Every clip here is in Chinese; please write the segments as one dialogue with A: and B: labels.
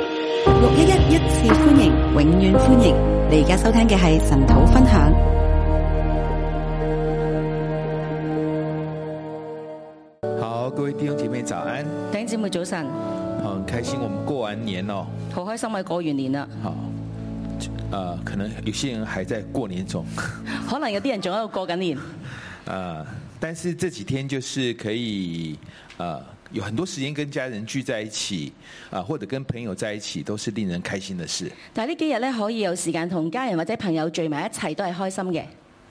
A: 六一一一次歡迎，永遠歡迎！你而家收聽嘅係神土分享。
B: 好，各位弟兄姐妹早安，
C: 弟兄姊妹早晨，
B: 好很开心我们过完年哦，
C: 好開心啊！過完年啦，
B: 好，呃，可能有些人还在过年中，
C: 可能有啲人仲喺度過緊年，
B: 呃，但是这几天就是可以，呃，有很多时间跟家人聚在一起，啊、或者跟朋友在一起，都是令人开心的事。
C: 但係呢幾日咧可以有時間同家人或者朋友聚埋一齊，都係開心嘅。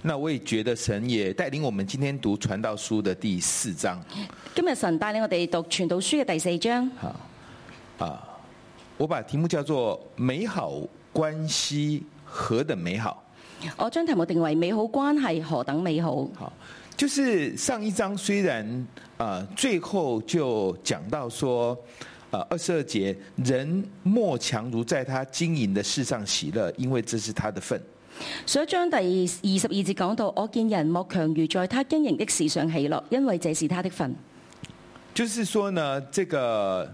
B: 那我也觉得神也带领我们今天读传道书的第四章，
C: 今日神帶領我哋讀傳道書嘅第四章，
B: 好，啊、我把题目叫做“美好关系何等美好”。
C: 我將題目定為美好關係何等美好。
B: 好，就是上一章虽然呃最后就讲到说，呃二十二节，人莫强如在他经营的事上喜乐，因为这是他的份。
C: 上一章第二十二節講到，我見人莫強如在他經營的事上喜樂，因為這是他的份。
B: 就是说呢，这个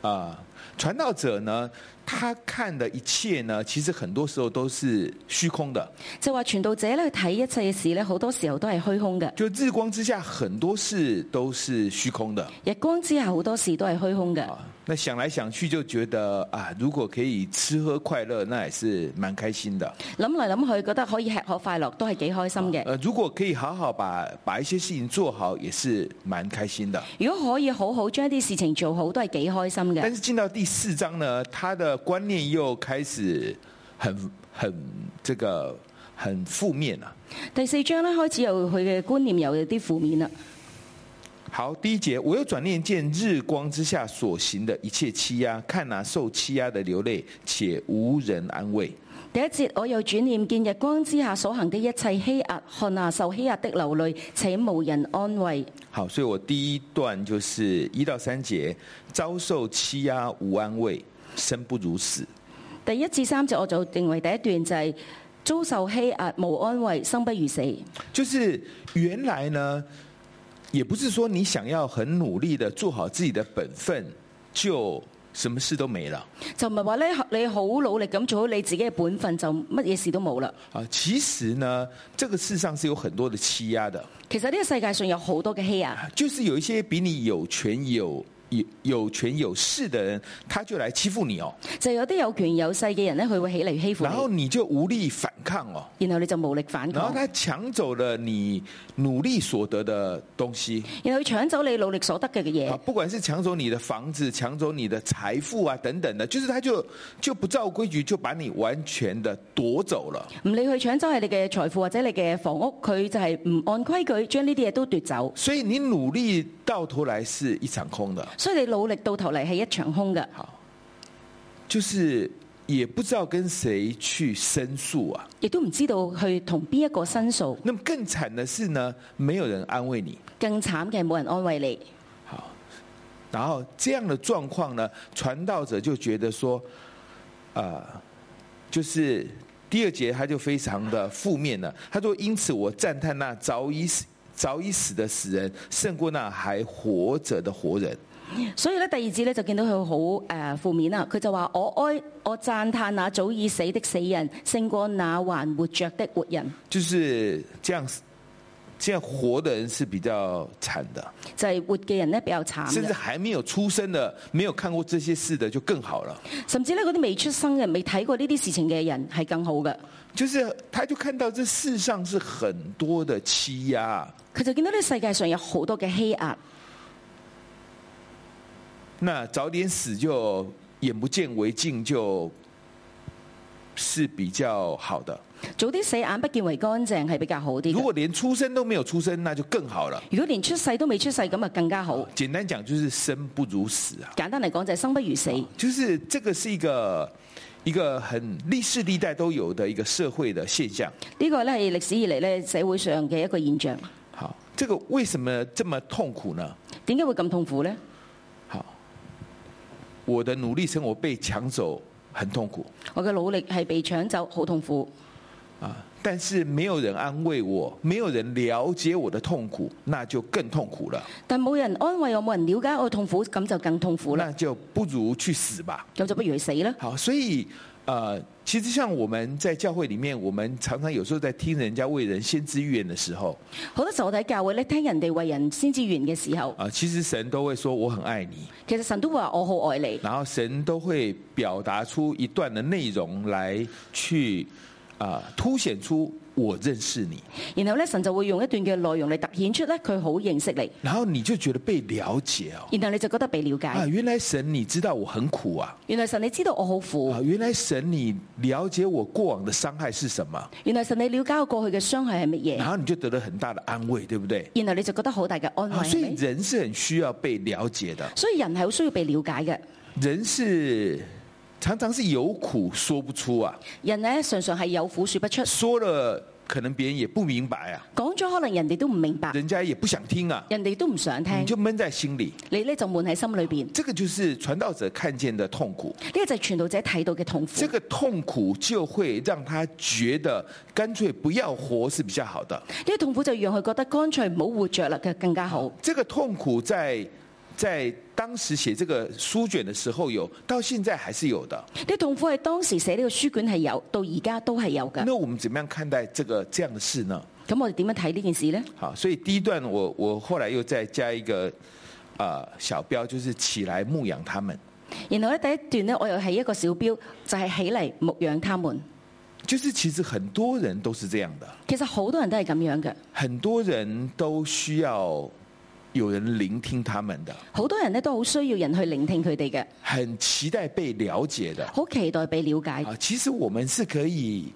B: 啊、呃传道者呢，他看的一切呢，其实很多时候都是虚空的，
C: 就話傳道者咧去睇一切嘅事咧，好多時候都係虛空嘅，
B: 就日光之下很多事都是虚空的。
C: 日光之下好多事都係虛空嘅。
B: 啊，那想来想去就觉得啊，如果可以吃喝快乐，那也是蛮开心的。
C: 諗嚟諗去，覺得可以吃喝快樂都係幾開心嘅。
B: 呃，如果可以好好把把一些事情做好，也是蛮开心的。
C: 如果可以好好將一啲事情做好，都係幾開心
B: 但
C: 嘅。
B: 是进到第四章呢，他的观念又开始很很这个很负面啊了、
C: 第四章咧開始有佢嘅觀念又有啲負面啦。
B: 好，第一节，我又转念见日光之下所行的一切欺压，看哪、受欺压的流泪，且无人安慰。
C: 第一節我又轉念見日光之下所行的一切欺壓，看啊受欺壓的流淚，且無人安慰。
B: 好，所以我第一段就是一到三节，遭受欺压无安慰，生不如死。
C: 第一至三節我就定為第一段就係、遭受欺壓無安慰，生不如死。
B: 就是原来呢，也不是说你想要很努力的做好自己的本分，就什么事都没了
C: 就唔係話咧你好努力咁做好你自己嘅本分，就乜嘢事都冇啦。
B: 啊。其实呢，这个世上是有很多的欺压的，啊
C: 其實呢個世界上有好多嘅欺壓，
B: 就是有一些比你有权有有有权有势的人，他就来欺负你哦，
C: 就有啲有權有勢嘅人咧，佢會起嚟欺
B: 然後
C: 負
B: 你就无力反抗哦，
C: 你，然後你就無力反
B: 然后
C: 抗。
B: 他抢走了你努力所得的东西
C: 然後佢搶走你努力所得嘅嘢
B: 啊，，不管是抢走你的房子、抢走你的财富啊等等的，就是他就就不照规矩就把你完全的夺走了。
C: 唔理佢搶走係你嘅財富或者你嘅房屋，佢就係唔按規矩將呢啲嘢都奪走，
B: 所以你努力到头来是一场空的，
C: 所以你努力到頭嚟係一場空嘅，
B: 就是也不知道跟谁去申诉啊。
C: 亦都唔知道去同邊一個申訴。
B: 那么更惨的是呢，没有人安慰你。
C: 更慘嘅係冇人安慰你。
B: 好，然后这样的状况呢，传道者就觉得说，呃，就是第二节他就非常的负面了。他说：“因此我赞叹那早已死、早已死的死人，胜过那还活着的活人。
C: 所以咧，第二節咧就見到佢好誒負面啦。佢就話：我哀，我讚嘆那早已死的死人，勝過那還活着的活人。”
B: 就是這樣，這樣活的人是比較惨的，
C: 就係、活嘅人咧比較慘
B: 甚至
C: 嘅，
B: 还没有出生的、没有看过这些事的就更好了。
C: 甚至咧嗰啲未出生嘅、未睇過呢啲事情嘅人係更好嘅。
B: 就是他就看到这世上是很多的欺压啊。
C: 佢就見到呢世界上有好多嘅欺壓，
B: 那早点死就眼不见为净，就是比较好的。
C: 早啲死眼不見為乾淨係比較好啲
B: 如
C: 嘅。
B: 果连出生都没有出生，那就更好了。
C: 如果連出世都未出世，咁啊更加好。
B: 简单讲就是生不如死啊，
C: 簡單嚟講就係生不如死，
B: 就是这个是一个一个很历世历代都有的一个社会的现象。
C: 呢個咧係歷史以嚟咧社會上嘅一個現象。
B: 好，这个为什么这么痛苦呢？
C: 點解會咁痛苦呢？
B: 好，我的努力生活被抢走，很痛苦
C: 我嘅努力係被搶走，好痛苦。
B: 啊。但是没有人安慰我，没有人了解我的痛苦，那就更痛苦了，
C: 但冇人安慰我，冇人了解我痛苦，咁就更痛苦啦。
B: 那就不如去死吧。
C: 咁就不如去死啦。
B: 好，所以呃，其实像我们在教会里面，我们常常有时候在听人家为人先知预言的时候，
C: 好多時候我哋喺教會咧，聽人哋為人先知完嘅時候，
B: 啊、其实神都会说我很爱你，
C: 其實神都會話我好愛你，
B: 然后神都会表达出一段的内容来去啊、凸显出我认识你，
C: 然後咧神就會用一段嘅內容嚟突顯出咧佢好認識你，
B: 然后你就觉得被了解哦。
C: 然後你就覺得被了
B: 啊，
C: 解。
B: 原来神你知道我很苦啊！
C: 原來神你知道我好苦
B: 啊，，原来神你了解我过往的伤害是什么，
C: 原來神你了解我過去嘅傷害係乜
B: 然
C: 嘢，
B: 后你就得到很大的安慰，对不对？
C: 然後你就覺得好大嘅安慰
B: 啊，所
C: 係
B: 以
C: 咪。
B: 人是很需要被了解的，
C: 所以人係好需要被了解嘅，
B: 人是常常是有苦说不出啊，
C: 人呢，常常係有苦說不出，
B: 说了可能别人也不明白啊，
C: 講咗可能人哋都唔明白，
B: 人家也不想听啊，
C: 人哋都唔想聽
B: 你，就闷在心里。
C: 你呢就悶喺心裏邊。呢
B: 这个就是传道者看见的痛苦，
C: 個就係傳道者睇到嘅痛苦
B: 这。个痛苦就会让他觉得干脆不要活是比较好的。
C: 呢個痛苦就讓佢覺得乾脆唔好活着啦，嘅更加好。
B: 这个痛苦在在当时写这个书卷的时候有，到现在还是有的。
C: 呢個痛苦係當時寫呢個書卷係有，到而家都係有㗎。
B: 那我们怎么樣看待这个这样的事呢？
C: 咁我哋點樣睇呢件事呢？
B: 好，所以第一段我我后来又再加一个呃小标，就是起来牧养他们，
C: 然後咧第一段呢，我又係一個小標，就係、起嚟牧養他們。
B: 就是其實很多人都是这样的，
C: 其實好多人都係咁樣嘅，
B: 很多人都需要有人聆听他们的，
C: 好多人呢都好需要人去聆聽佢哋嘅，
B: 很期待被了解的。
C: 好期待被了解。
B: 啊，其實我们是可以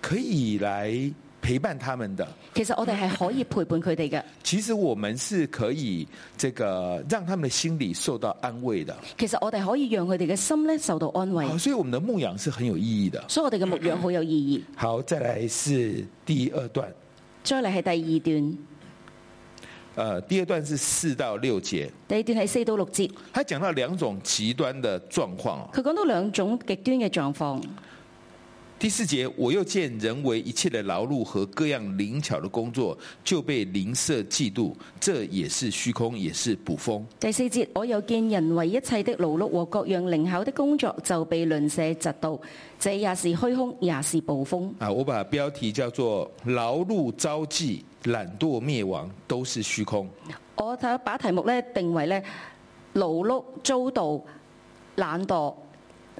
B: 可以來陪伴他们的。
C: 其實我哋係可以陪伴佢哋嘅，
B: 其实我们是可以这个让他们的心理受到安慰的，
C: 其實我哋可以讓佢哋嘅心呢受到安慰。
B: 好，所以我們的牧养是很有意义的。
C: 所以我哋嘅牧養好有意義。
B: 好，再来是第二段，
C: 再嚟係第二段，
B: 呃，第二段是四到六节，
C: 第二段係四到六節，
B: 他讲到两种极端的状况哦。
C: 佢講到兩種極端嘅狀況。
B: 第四节，我又见人为一切的劳碌和各样灵巧的工作，就被邻舍嫉妒，这也是虚空，也是捕风。
C: 第四節，我又見人為一切的勞碌和各樣靈巧的工作就被鄰舍窒到，這也是虛空，也是暴風。
B: 啊，我把标题叫做“劳碌招妓，懒惰灭亡，都是虚空”。
C: 我睇把題目咧定為咧勞碌遭到懶惰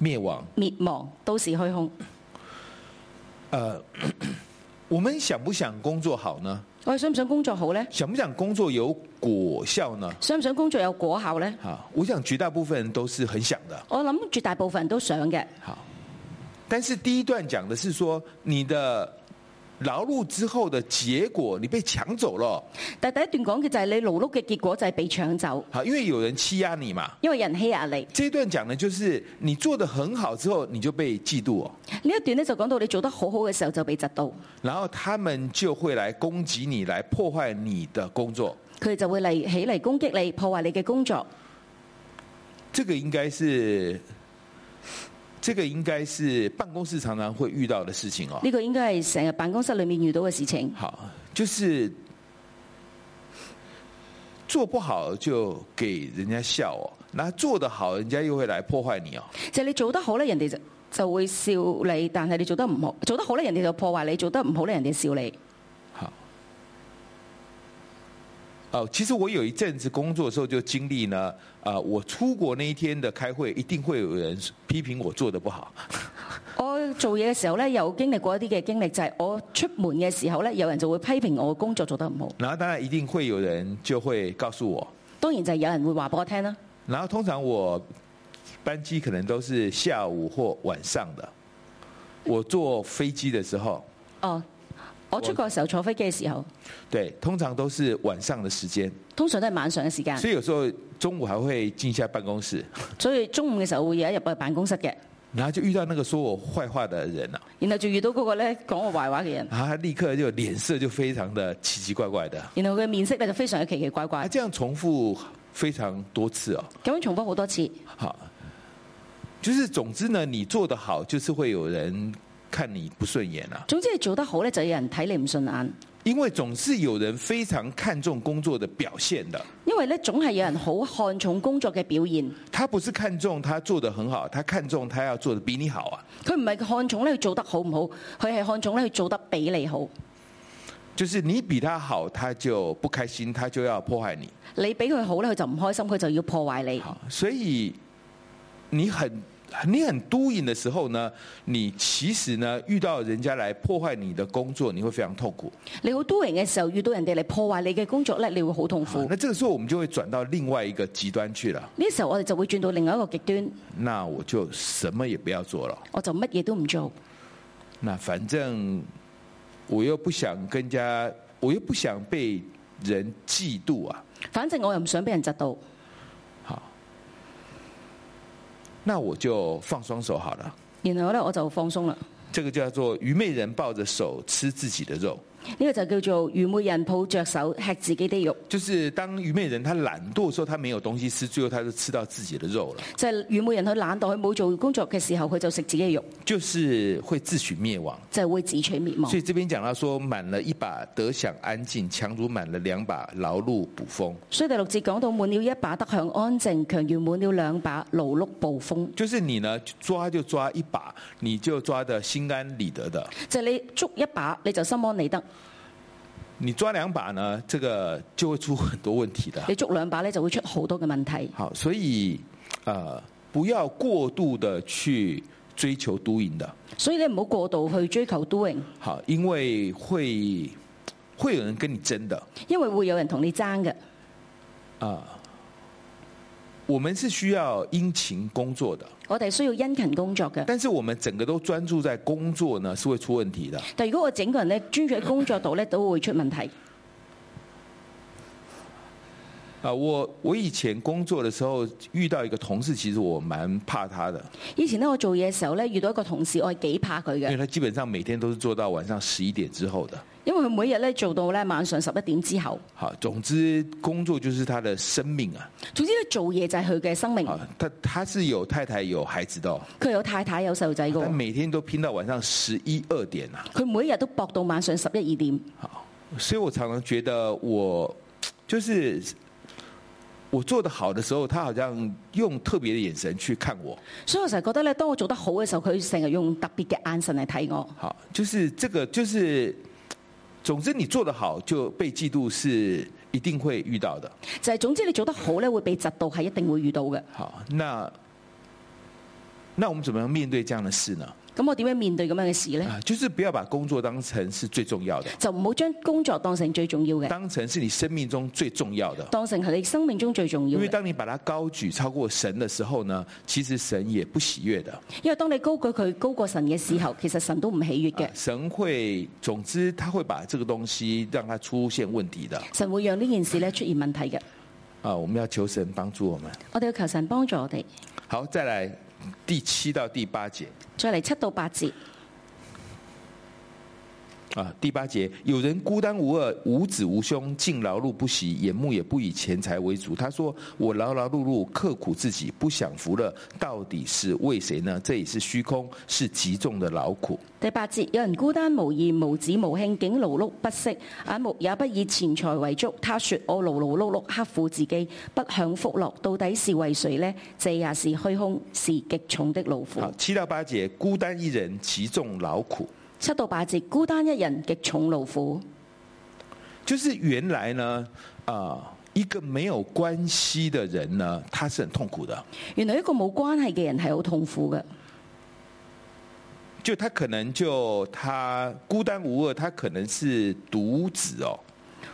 B: 灭亡。
C: 滅亡都是虛空。
B: 我们想不想工作好呢？
C: 我哋想唔想工作好呢？
B: 想不想工作有果效呢？
C: 想唔想工作有果效呢？
B: 好，我想绝大部分人都是很想的。
C: 我諗絕大部分人都想嘅，
B: 好，但是第一段讲的是说你的劳碌之后的结果，你被抢走了。
C: 但第一段講嘅就係你勞碌嘅結果就係被搶走，
B: 好，因为有人欺压你嘛。
C: 因為人欺壓你。呢
B: 这一段讲的就是你做的很好之后，你就被嫉妒哦，
C: 一段咧就講到你做得好好嘅時候就被窒到，
B: 然后他们就会来攻击你，来破坏你的工作。
C: 佢哋就會嚟起嚟攻擊你，破壞你嘅工作。
B: 这个应该是，这个应该是办公室常常会遇到的事情哦。
C: 呢個應該係成日辦公室裏面遇到嘅事情，
B: 好，就是做不好就给人家笑哦，那做得好，人家又会来破坏你哦。
C: 就係你做得好咧，人哋就就會笑你；但係你做得唔好，做得好咧，人哋就破壞你；做得唔好咧，人哋笑你。
B: 好，哦，其实我有一阵子工作的时候就经历呢，啊，我出国那一天的开会，一定会有人批评我做的不好。
C: 我做嘢嘅時候咧，有經歷過一啲嘅經歷，就係、我出門嘅時候咧，有人就會批評我工作做得唔好。
B: 然后当然一定会有人就会告诉我，
C: 當然就係有人會話俾我聽啦。
B: 然后通常我班机可能都是下午或晚上的。我坐飞机的时候，
C: 哦，我出國嘅時候坐飛機嘅時候，
B: 对，通常都是晚上的时间，
C: 通常都係晚上嘅時間，
B: 所以有时候中午还会进一下办公室，
C: 所以中午嘅時候會有一入去辦公室嘅，
B: 然后就遇到那个说我坏话的人了、
C: 然後就遇到嗰個咧講我壞話嘅人，
B: 然后他立刻就臉色就非常的奇奇怪怪的，
C: 然後佢嘅面色咧就非常嘅奇奇怪
B: 啊，
C: 怪，
B: 这样重复非常多次哦，
C: 咁樣重複好多次。
B: 好，就是总之呢，你做得好，就是会有人看你不顺眼啊。
C: 總之你做得好咧，就有人睇你唔順眼，
B: 因为总是有人非常看重工作的表現的，
C: 因為咧總係有人好看重工作嘅表現，
B: 他不是看重他做得很好，他看重他要做得比你好啊。
C: 佢唔係看重咧佢做得好唔好，佢係看重咧佢做得比你好。
B: 就是你比他好，他就不开心，他就要迫害你。
C: 你比佢好咧，佢就唔開心，佢就要破壞你。
B: 好，所以你很你很 doing 的时候呢，你其实呢遇到人家来破坏你的工作，你会非常痛苦。
C: 你好 doing 嘅時候，遇到人哋嚟破壞你嘅工作咧，你會好痛苦。
B: 那这个时候我们就会转到另外一个极端去了。
C: 呢時候我哋就會轉到另外一個極端，
B: 那我就什么也不要做了。
C: 我就乜嘢都唔做。
B: 那反正我又不想跟人家，我又不想被人嫉妒啊。
C: 反正我又唔想俾人窒到，
B: 好，那我就放双手好了。
C: 然後咧我就放鬆啦。
B: 这个叫做愚昧人抱着手吃自己的肉，
C: 呢、個就叫做愚昧人抱着手吃自己的肉，
B: 就是当愚昧人他懒惰的时候，他没有东西吃，最后他就吃到自己的肉了，
C: 就係、愚昧人佢懶惰，佢冇做工作嘅時候，佢就食自己嘅肉，
B: 就是會自取滅亡。
C: 就係、會自取滅亡
B: 所。以这边讲到说，满了一把得享安静，强如满了两把劳碌捕风。
C: 所以第六節講到滿了一把得享安靜，強如滿了兩把勞碌暴風，
B: 就是你呢抓就抓一把，你就抓的心安理得的；
C: 就係、你捉一把你就心安理得，
B: 你抓两把呢，这个就会出很多问题的。
C: 你捉兩把咧就會出好多嘅問題。
B: 好，所以呃，不要过度的去追求都赢的，
C: 所以你唔好過度去追求 doing，
B: 好，因为会会有人跟你争的
C: 因為會有人同你爭嘅。
B: 啊、我们是需要殷勤工作的，
C: 我哋需要殷勤工作嘅。
B: 但是我们整个都专注在工作呢，是会出问题的。
C: 但如果我整個人咧專注喺工作度咧，都會出問題。
B: 啊、我我以前工作的时候遇到一个同事，其实我蛮怕他的，
C: 以前咧我做嘢嘅時候咧，遇到一個同事，我係幾怕佢
B: 因为
C: 嘅，
B: 他基本上每天都是做到晚上十一点之后的。
C: 因為佢每日咧做到咧晚上十一點之後。
B: 好，总之工作就是他的生命啊，
C: 總之咧做嘢就係佢嘅生命，
B: 好，他他是有太太有孩子的、哦，
C: 佢有太太有細路仔嘅
B: 但
C: 喎，
B: 每天都拼到晚上十一二点啊。
C: 佢每日都搏到晚上十一二點。
B: 好，所以我常常觉得我就是我做的好的时候，他好像用特别的眼神去看我。
C: 所以我成日覺得咧，當我做得好嘅時候，佢成日用特別嘅眼神嚟睇我。
B: 好，就是这个就是，总之你做得好就被嫉妒是一定会遇到的。
C: 就係、總之你做得好咧，會被窒到係一定會遇到嘅。
B: 好，那那我们怎么样面对这样的事呢？
C: 咁我點樣面對咁樣嘅事呢？
B: 啊，就是不要把工作当成是最重要的，
C: 就唔好將工作當成最重要嘅，
B: 当成是你生命中最重要的。
C: 當成係你生命中最重要
B: 因为
C: 嘅。
B: 当你把它高举超过神的时候呢，其实神也不喜悦的。
C: 因為當你高舉佢高過神嘅時候，其實神都唔喜悦嘅
B: 啊，神会，总之他会把这个东西让它出现问题的。
C: 神會讓呢件事咧出現問題嘅。
B: 啊，我们要求神帮助我们。
C: 我哋要求神幫助我哋。
B: 好，再来第七到第八节
C: 再嚟七到八節，
B: 啊，第八节，有人孤单无二，无子无兄，竟劳碌不息，眼目也不以钱财为主。他说：“我劳劳碌碌，刻苦自己，不享福乐，到底是为谁呢？这也是虚空，是极重的劳苦。”
C: 第八節有人孤單無義、無子無兄，竟勞碌不息，眼目也不以錢財為足。他說：我勞勞碌碌，刻苦自己，不享福樂，到底是為誰呢？這也是虛空，是極重的勞苦
B: 好，。七到八节，孤单一人，极重劳苦。
C: 七到八節，孤單一人極重勞苦。
B: 就是原来呢，啊、一个没有关系的人呢，他是很痛苦的。
C: 原來一個冇關係嘅人係好痛苦嘅。
B: 就他可能就他孤单无二，他可能是独子哦，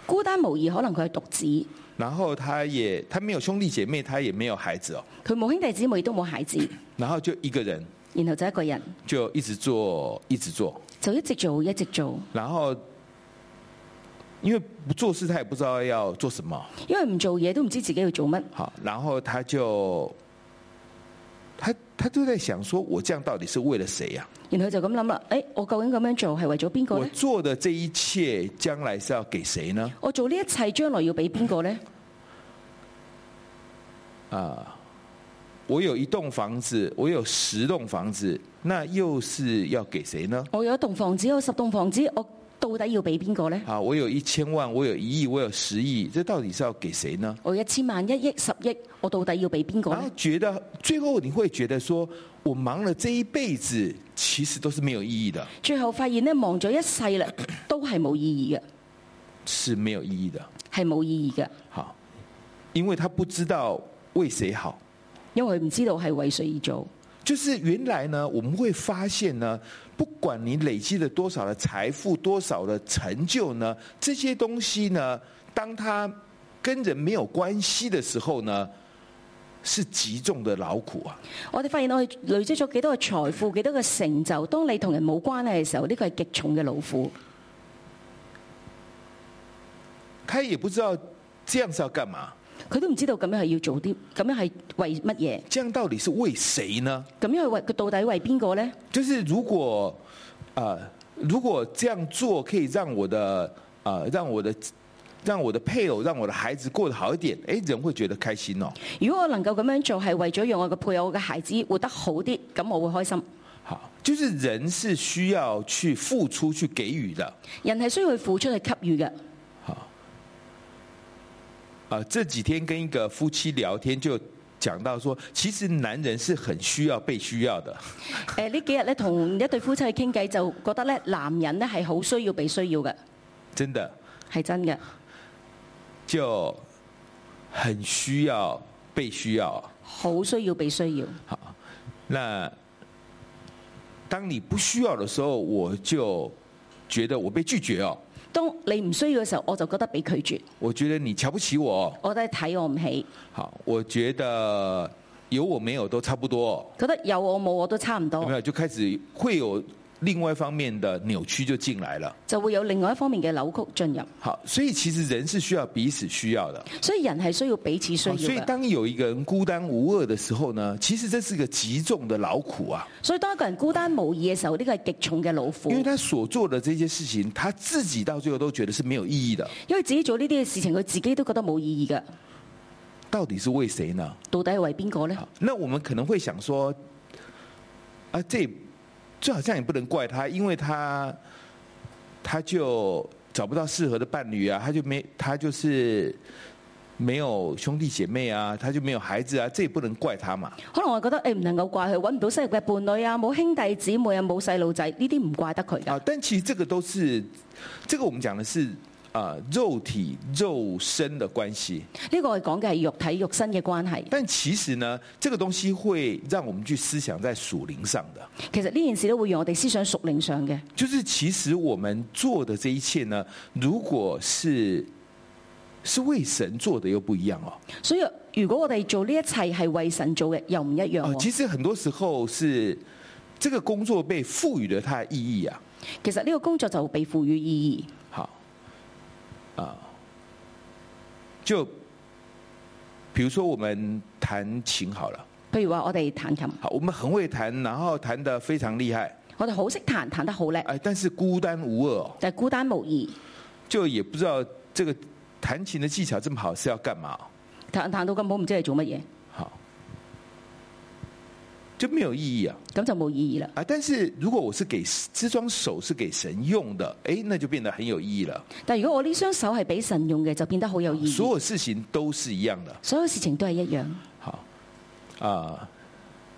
C: 孤單無義，可能佢係獨子，
B: 然后他也他没有兄弟姐妹，他也没有孩子哦，
C: 佢冇兄弟姊妹，亦都冇孩子，
B: 然后就一个人
C: 然後就一個人
B: 就一直做一直做，
C: 就一直做一直做，
B: 然后因为不做事，他也不知道要做什么，
C: 因為唔做嘢都唔知自己要做乜。
B: 好，然后他就他他就在想说，我这样到底是为了谁呀、
C: 然後就咁諗啦，誒、我究竟咁樣做係為咗邊個
B: 我
C: 呢？
B: 做的这一切将来是要给谁呢？
C: 我做呢一切將來要俾邊個呢？
B: 我有一栋房子，我有十栋房子，那又是要给谁呢？
C: 我有一棟房子，有十棟房子，我到底要俾邊個呢？
B: 啊，我有一千万，我有一亿，我有十亿，这到底是要给谁呢？
C: 我有一千萬、一億、十億，我到底要俾邊個
B: 然后
C: 呢？
B: 觉得最后你会觉得说，我忙了这一辈子，其实都是没有意义的，
C: 最後發現呢，忙咗一世啦，都係冇意義嘅，
B: 是没有意义的。
C: 係冇意義嘅，
B: 好，因为他不知道为谁好。
C: 因為佢唔知道係為誰而做。
B: 就是原来呢，我们会发现呢，不管你累积了多少的财富、多少的成就呢，这些东西呢，当它跟人没有关系的时候呢，是极重的劳苦啊。
C: 我哋發現我哋累積咗幾多嘅財富、幾多嘅成就，當你同人冇關係嘅時候，呢個係極重嘅勞苦。
B: 他也不知道这样是要干嘛，
C: 佢都唔知道咁樣係要做啲，咁樣係為乜嘢？
B: 这样到底是为谁呢？
C: 咁樣係為佢到底為邊個呢？
B: 就是如果呃，如果这样做可以让我的呃，让我的让我的配偶、让我的孩子过得好一点，诶，人会觉得开心哦。
C: 如果我能夠咁樣做，係為咗讓我嘅配偶、我嘅孩子活得好啲，咁我會開心。
B: 好，就是人是需要去付出、去给予的。
C: 人係需要去付出去給予嘅。
B: 啊、这几天跟一个夫妻聊天，就讲到说，其实男人是很需要被需要的。
C: 誒、呃呢幾日咧，同一對夫妻去傾偈，就覺得咧男人咧係好需要被需要嘅，
B: 真的
C: 係真嘅，
B: 就很需要被需要。
C: 好需要被需要。
B: 好，那当你不需要的时候，我就觉得我被拒绝哦，
C: 當你唔需要嘅時候，我就覺得被拒絕，
B: 我觉得你瞧不起我哦，
C: 我都係睇我唔起，
B: 好，我觉得有我没有都差不多哦、
C: 覺得有我冇我都差唔
B: 有没
C: 多，
B: 有就开始会有另外一方面的扭曲就进来了。
C: 就會有另外一方面嘅扭曲進入。
B: 好，所以其实人是需要彼此需要的。
C: 所以人係需要彼此需要
B: 好哦所以
C: 嘅。
B: 当有一个人孤单无二的时候呢，其实这是个极重的劳苦啊，
C: 所以當一個人孤單無依嘅時候，呢個係極重嘅勞苦
B: 因，为他所做的这些事情，他自己到最后都觉得是没有意义的。
C: 因為自己做呢啲嘅事情，佢自己都覺得冇意義嘅。
B: 到底是为谁呢？
C: 到底係為邊個呢？
B: 好，那我们可能会想说，啊，这这好像也不能怪他，因为他他就找不到适合的伴侣啊，他就没他就是没有兄弟姐妹啊，他就没有孩子啊，这也不能怪他嘛。
C: 可能我覺得誒唔能夠怪佢，揾唔到適合嘅伴侶啊，冇兄弟姊妹啊，冇細路仔，呢啲唔怪得佢㗎。
B: 啊，但其实这个都是这个我们讲的是啊、肉体肉身的关系，
C: 呢個係講嘅係肉體肉身嘅關係。
B: 但其实呢，这个东西会让我们去思想在属灵上的。
C: 其實呢件事都會讓我哋思想熟靈上嘅。
B: 就是其实我们做的这一切呢，如果是是为神做的，又不一样哦。
C: 所以如果我哋做呢一切係為神做嘅，又唔一樣
B: 哦，其
C: 喎。
B: 实很多时候是这个工作被赋予了它的意义啊。
C: 其實呢個工作就被賦予意義。
B: 好，啊，就比如说我们弹琴好了，
C: 譬如話我哋彈琴，
B: 好，我们很会弹，然后弹得非常厉害，
C: 我哋好識彈，彈得好叻，
B: 哎，但是孤单无二、哦，
C: 但係孤單無異，
B: 就也不知道这个弹琴的技巧这么好是要干嘛哦、
C: 彈彈到咁好，唔知係做乜嘢，
B: 好，就没有意义啊
C: 咁就冇意義啦。
B: 啊！但是如果我是给这双手是给神用的，诶，那就变得很有意义了。
C: 但係如果我呢雙手係俾神用嘅，就變得好有意
B: 所
C: 義。
B: 有事情都是一样的，
C: 所有事情都係一樣，
B: 好啊、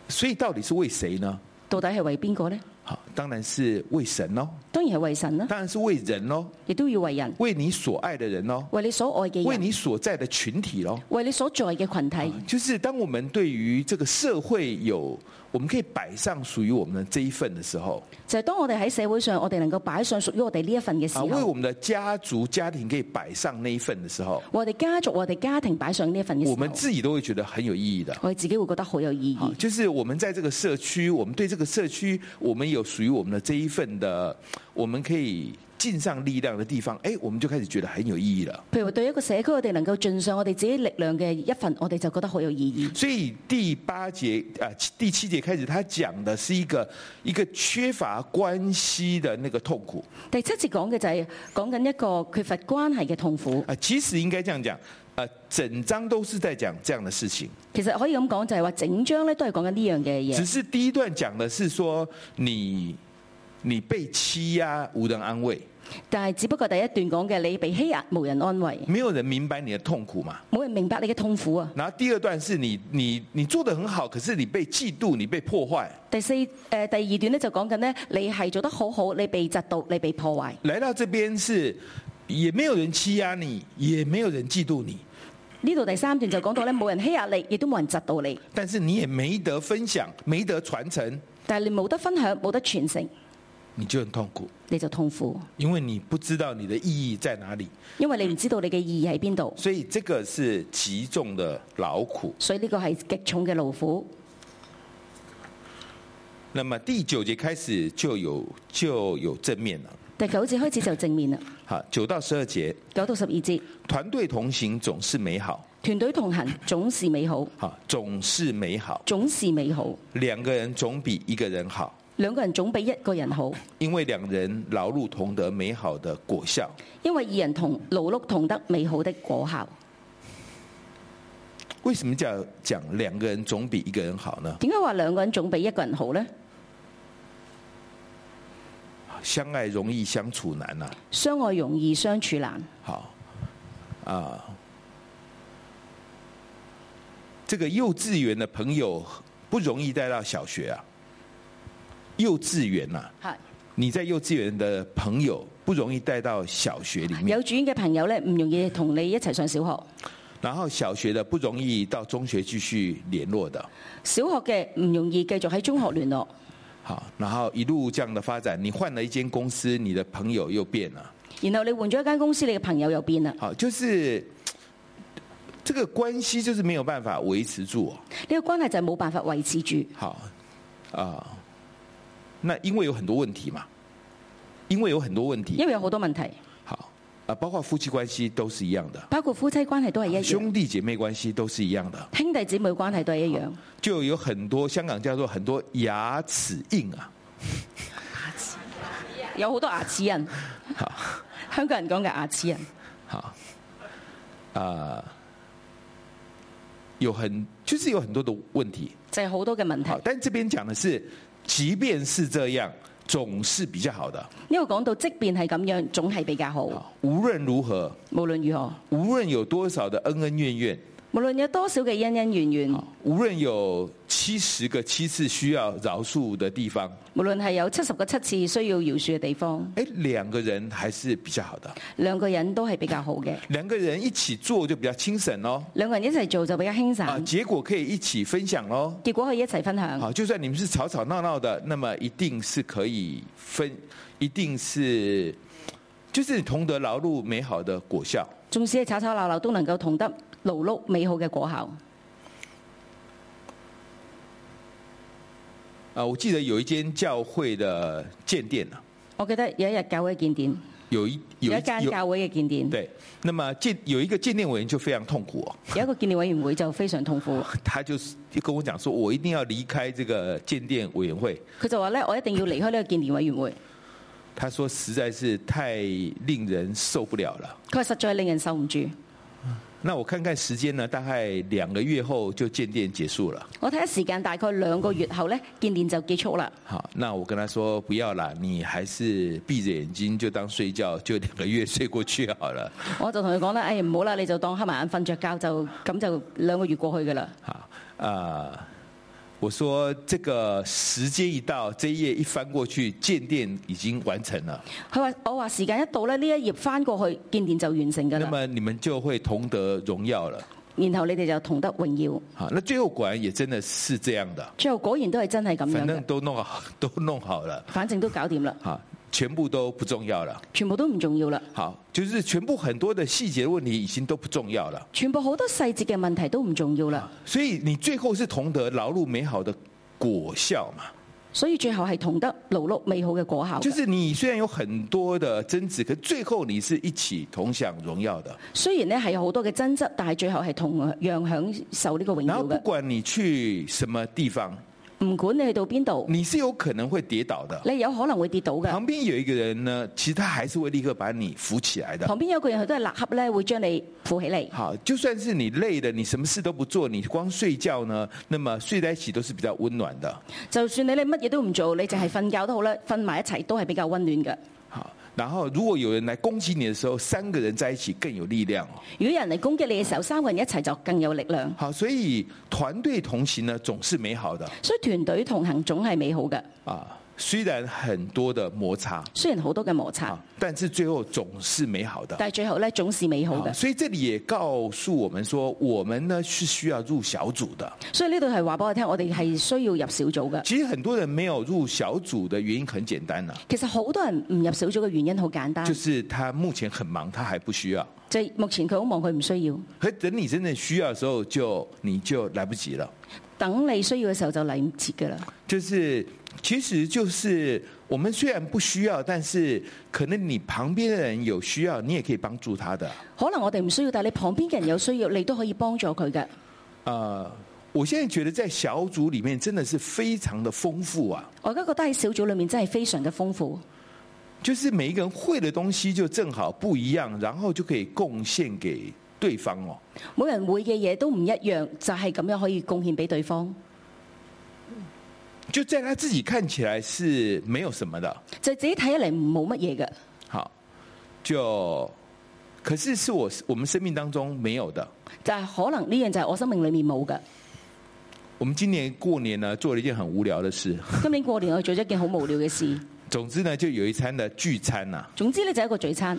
B: 所以到底是为谁呢？
C: 到底係為邊個呢？
B: 好，當然是为神咯，
C: 當然係為神啦，
B: 當然是为人咯，
C: 亦都要為人，
B: 为你所愛的人咯，
C: 為你所愛嘅
B: 为
C: 人，
B: 你啊所在的群體咯。
C: 為你所在嘅群體。
B: 就是当我们对于这个社会有，我们可以摆上属于我们的这一份的时候，
C: 就係當我哋喺社會上，我哋能夠擺上屬於我哋呢一份嘅時
B: 啊，
C: 候，
B: 为我
C: 為
B: 们的家族家庭可以摆上那一份的时候，
C: 我哋家族、我哋家庭擺上呢一份嘅時
B: 我啊
C: 候，
B: 们自己都会觉得很有意义的。
C: 我哋自己會覺得好有意
B: 好，
C: 義。
B: 就是我们在这个社区，我们对这个社区，我们有属于我们的这一份的，我们可以尽上力量的地方，哎，我们就开始觉得很有意义了。
C: 譬如對一個社區，我哋能夠盡上我哋自己力量嘅一份，我哋就覺得好有意義。
B: 所以第八节啊、呃第七节开始，他讲的是一个一个缺乏关系的那个痛苦
C: 第七節講嘅就係講緊一個缺乏關係嘅痛苦
B: 啊、。呃其实应该这样讲，呃，整章都是在讲这样的事情，
C: 其實可以咁講，就係話整章咧都係講緊呢樣嘅
B: 只
C: 嘢。
B: 是第一段讲的是说你你被欺压，无人安慰，
C: 但係只不過第一段講嘅你被欺壓，無人安慰，
B: 没有人明白你的痛苦嘛。
C: 冇人明白你嘅痛苦啊。
B: 然后第二段是你你你做的很好，可是你被嫉妒，你被破坏。
C: 第四誒、呃第二段咧就講緊咧，你係做得好好，你被窒到，你被破壞。
B: 来到这边是也没有人欺压你，也没有人嫉妒你，
C: 呢度第三段就講到咧，冇人欺壓你，亦都冇人窒到你，
B: 但是你也没得分享，没得传承，
C: 但係你冇得分享，冇得傳承，
B: 你就很痛苦，
C: 你就痛苦，
B: 因为你不知道你的意义在哪里。
C: 因為你唔知道你嘅意義喺邊度，
B: 所以这个是极重的劳苦。
C: 所以呢個係極重嘅勞苦。
B: 那么第九节开始就有就有正面了。
C: 第九節開始就正面啦，
B: 好，九到十二节，
C: 九到十二節，
B: 团队同行总是美好，
C: 團隊同行總是美好，
B: 好，总是美好，
C: 總是美好，
B: 两个人总比一个人好，
C: 兩個人總比一個人好，
B: 因为两人劳碌同得美好的果效。
C: 因為二人同勞碌同得美好的果效。
B: 为什么叫讲两个人总比一个人好呢？
C: 點解話兩個人總比一個人好呢？
B: 相爱容易相处难呐、
C: 相愛容易相處難。
B: 好，啊，这个幼稚园的朋友不容易带到小学啊。幼稚园呐、
C: 係
B: 你在幼稚园的朋友不容易带到小学里面，
C: 啊有主嘅朋友呢，唔容易同你一齊上小學。
B: 然后小学的不容易到中学继续联络的。
C: 小學嘅唔容易繼續喺中學聯絡，
B: 好，然后一路这样的发展，你换了一间公司，你的朋友又变了。
C: 然後你換咗一間公司，你嘅朋友又變啦。呢、
B: 好，就是这个关系就是没有办法维持住、哦。
C: 個關係就係冇辦法維持住，
B: 好啊、那因为有很多问题嘛，因为有很多问题，
C: 因為有好多問題，
B: 好啊、包括夫妻关系都是一样的，
C: 包括夫妻關係都係一樣，
B: 啊兄弟姐妹关系都是一样的，
C: 兄弟姊妹關係都係一樣。
B: 就有很多香港叫做很多牙齿印啊，
C: 有好多牙齒人，
B: 好
C: 香港人講嘅牙齒人，
B: 好啊、有很就是有很多的问题。
C: 就係、好多嘅問題
B: 好，。但这边讲的是，即便是这样，总是比较好的。
C: 呢個講到即便係咁樣，總係比較好。
B: 好，无论如何，
C: 無論如何，
B: 无論有多少的恩恩怨怨，
C: 無論有多少嘅恩恩怨怨，
B: 无論有七十个七次需要饶恕的地方，
C: 無論係有七十個七次需要饒恕嘅地方，
B: 哎，两個人还是比較好的。
C: 兩個人都係比較好嘅。
B: 两個人一起做就比較清省哦，
C: 兩個人一齊做就比較輕
B: 啊，
C: 散，
B: 结果可以一起分享哦。
C: 結果可以一齊分享。
B: 好，就算你们是吵吵鬧鬧的，那么一定是可以分，一定是就是同得劳碌美好的果效。
C: 縱使係吵吵鬧鬧，都能夠同得勞碌美好嘅果效。
B: 啊，我記得有一間教會的建殿啊，
C: 我記得有一日教會嘅見點，
B: 有一有
C: 有
B: 一
C: 一間
B: 有
C: 教會嘅見點，
B: 对，那么建有一个建殿委员就非常痛苦哦。
C: 有一個見念委員會就非常痛 苦。
B: 他就是就跟我讲说，我一定要离开这个鉴定委员会。
C: 佢就話咧：我一定要離開呢個見念委員會。
B: 他说实在是太令人受不了了。
C: 佢話實在令人受唔住。
B: 那我看看时间呢，大概两个月后就鉴定结束了。
C: 我睇下時間，大概兩個月後呢，見念就結束啦。
B: 好，那我跟他说不要啦，你还是闭着眼睛就当睡觉，就两个月睡过去好了。
C: 我就同佢講啦：，哎誒唔好啦，你就當黑埋眼瞓着覺就咁就兩個月過去㗎啦。
B: 好，啊、我说这个时间一到，这一页一翻过去，鉴定已经完成了，
C: 佢話：我話時間一到咧，呢一頁翻過去見念就完成㗎
B: 那
C: 啦。
B: 么你们就会同得荣耀了。
C: 然後你哋就同得榮耀。
B: 好，那最后果然也真的是这样的。
C: 最後果然都係真係咁樣
B: 反正
C: 嘅，
B: 都弄好， 都弄好了，
C: 反正都搞掂啦，
B: 好，全部都不重要了。
C: 全部都唔重要啦，
B: 好，就是全部很多的细节问题已经都不重要了。
C: 全部好多細節嘅問題都唔重要啦，
B: 所以你最后是同得劳碌美好的果效嘛？
C: 所以最後係同得勞碌美好嘅果效嘅。
B: 就是你虽然有很多的争执，可最后你是一起同享荣耀的。
C: 雖然呢係有好多嘅爭執，但係最後係同樣享受呢個榮
B: 然
C: 耀
B: 后不
C: 嘅。
B: 管你去什么地方，
C: 唔管你去到邊度，
B: 你是有可能会跌倒的。
C: 你有可能會跌倒嘅。
B: 旁边有一个人呢，其实他还是会立刻把你扶起来的。
C: 旁邊有個人佢都係立刻咧會將你扶起嚟。
B: 好，就算是你累了，你什么事都不做，你光睡觉呢，那么睡在一起都是比较温暖的。
C: 就算你你乜嘢都唔做，你淨係瞓覺都好啦，瞓埋一齊都係比較温暖嘅。
B: 好，然后如果有人来攻击你的时候，三个人在一起更有力量哦。
C: 如果有人嚟攻擊你嘅時候，三個人一齊就更有力量。
B: 好，所以团队同行呢，总是美好的
C: 所以團隊同行總係美好嘅，
B: 啊。虽然很多的摩擦
C: 雖然好多嘅摩擦
B: 啊，，但是最后总是美好的。
C: 但係最後咧總是美好
B: 好
C: 嘅。
B: 所以这里也告诉我们说，我们呢是需要入小组的。
C: 所以呢度係話俾我聽，我哋係需要入小組嘅。
B: 其实很多人没有入小组的原因很简单呐、啊
C: 其實好多人唔入小組嘅原因好簡單，
B: 就是他目前很忙，他还不需要。
C: 就係目前佢好忙，佢唔需要。
B: 可等你真正需要的时候就，你就来不及了。
C: 等你需要嘅時候就嚟唔切㗎啦。
B: 就是，其实就是我们虽然不需要，但是可能你旁边的人有需要，你也可以帮助他的。
C: 可能我哋唔需要，但係你旁邊嘅人有需要，你都可以幫助佢嘅。
B: 呃，我现在觉得在小组里面真的是非常的丰富啊，
C: 我而家覺得喺小組裏面真係非常嘅豐富，
B: 就是每一个人会的东西就正好不一样，然后就可以贡献给对方哦。
C: 每人會嘅嘢都唔一樣，就係咁樣可以貢獻俾對方。
B: 就在他自己看起来是没有什么的，
C: 就自己睇起嚟冇乜嘢嘅，
B: 好，就可是是我我们生命当中没有的。
C: 就係可能呢樣就係我生命裏面冇 嘅。
B: 我们今年过年呢，做了一件很无聊的事。
C: 今年過年我做咗一件好無聊嘅事，
B: 总之呢，就有一餐的聚餐呐、
C: 總之呢，就係一個聚餐。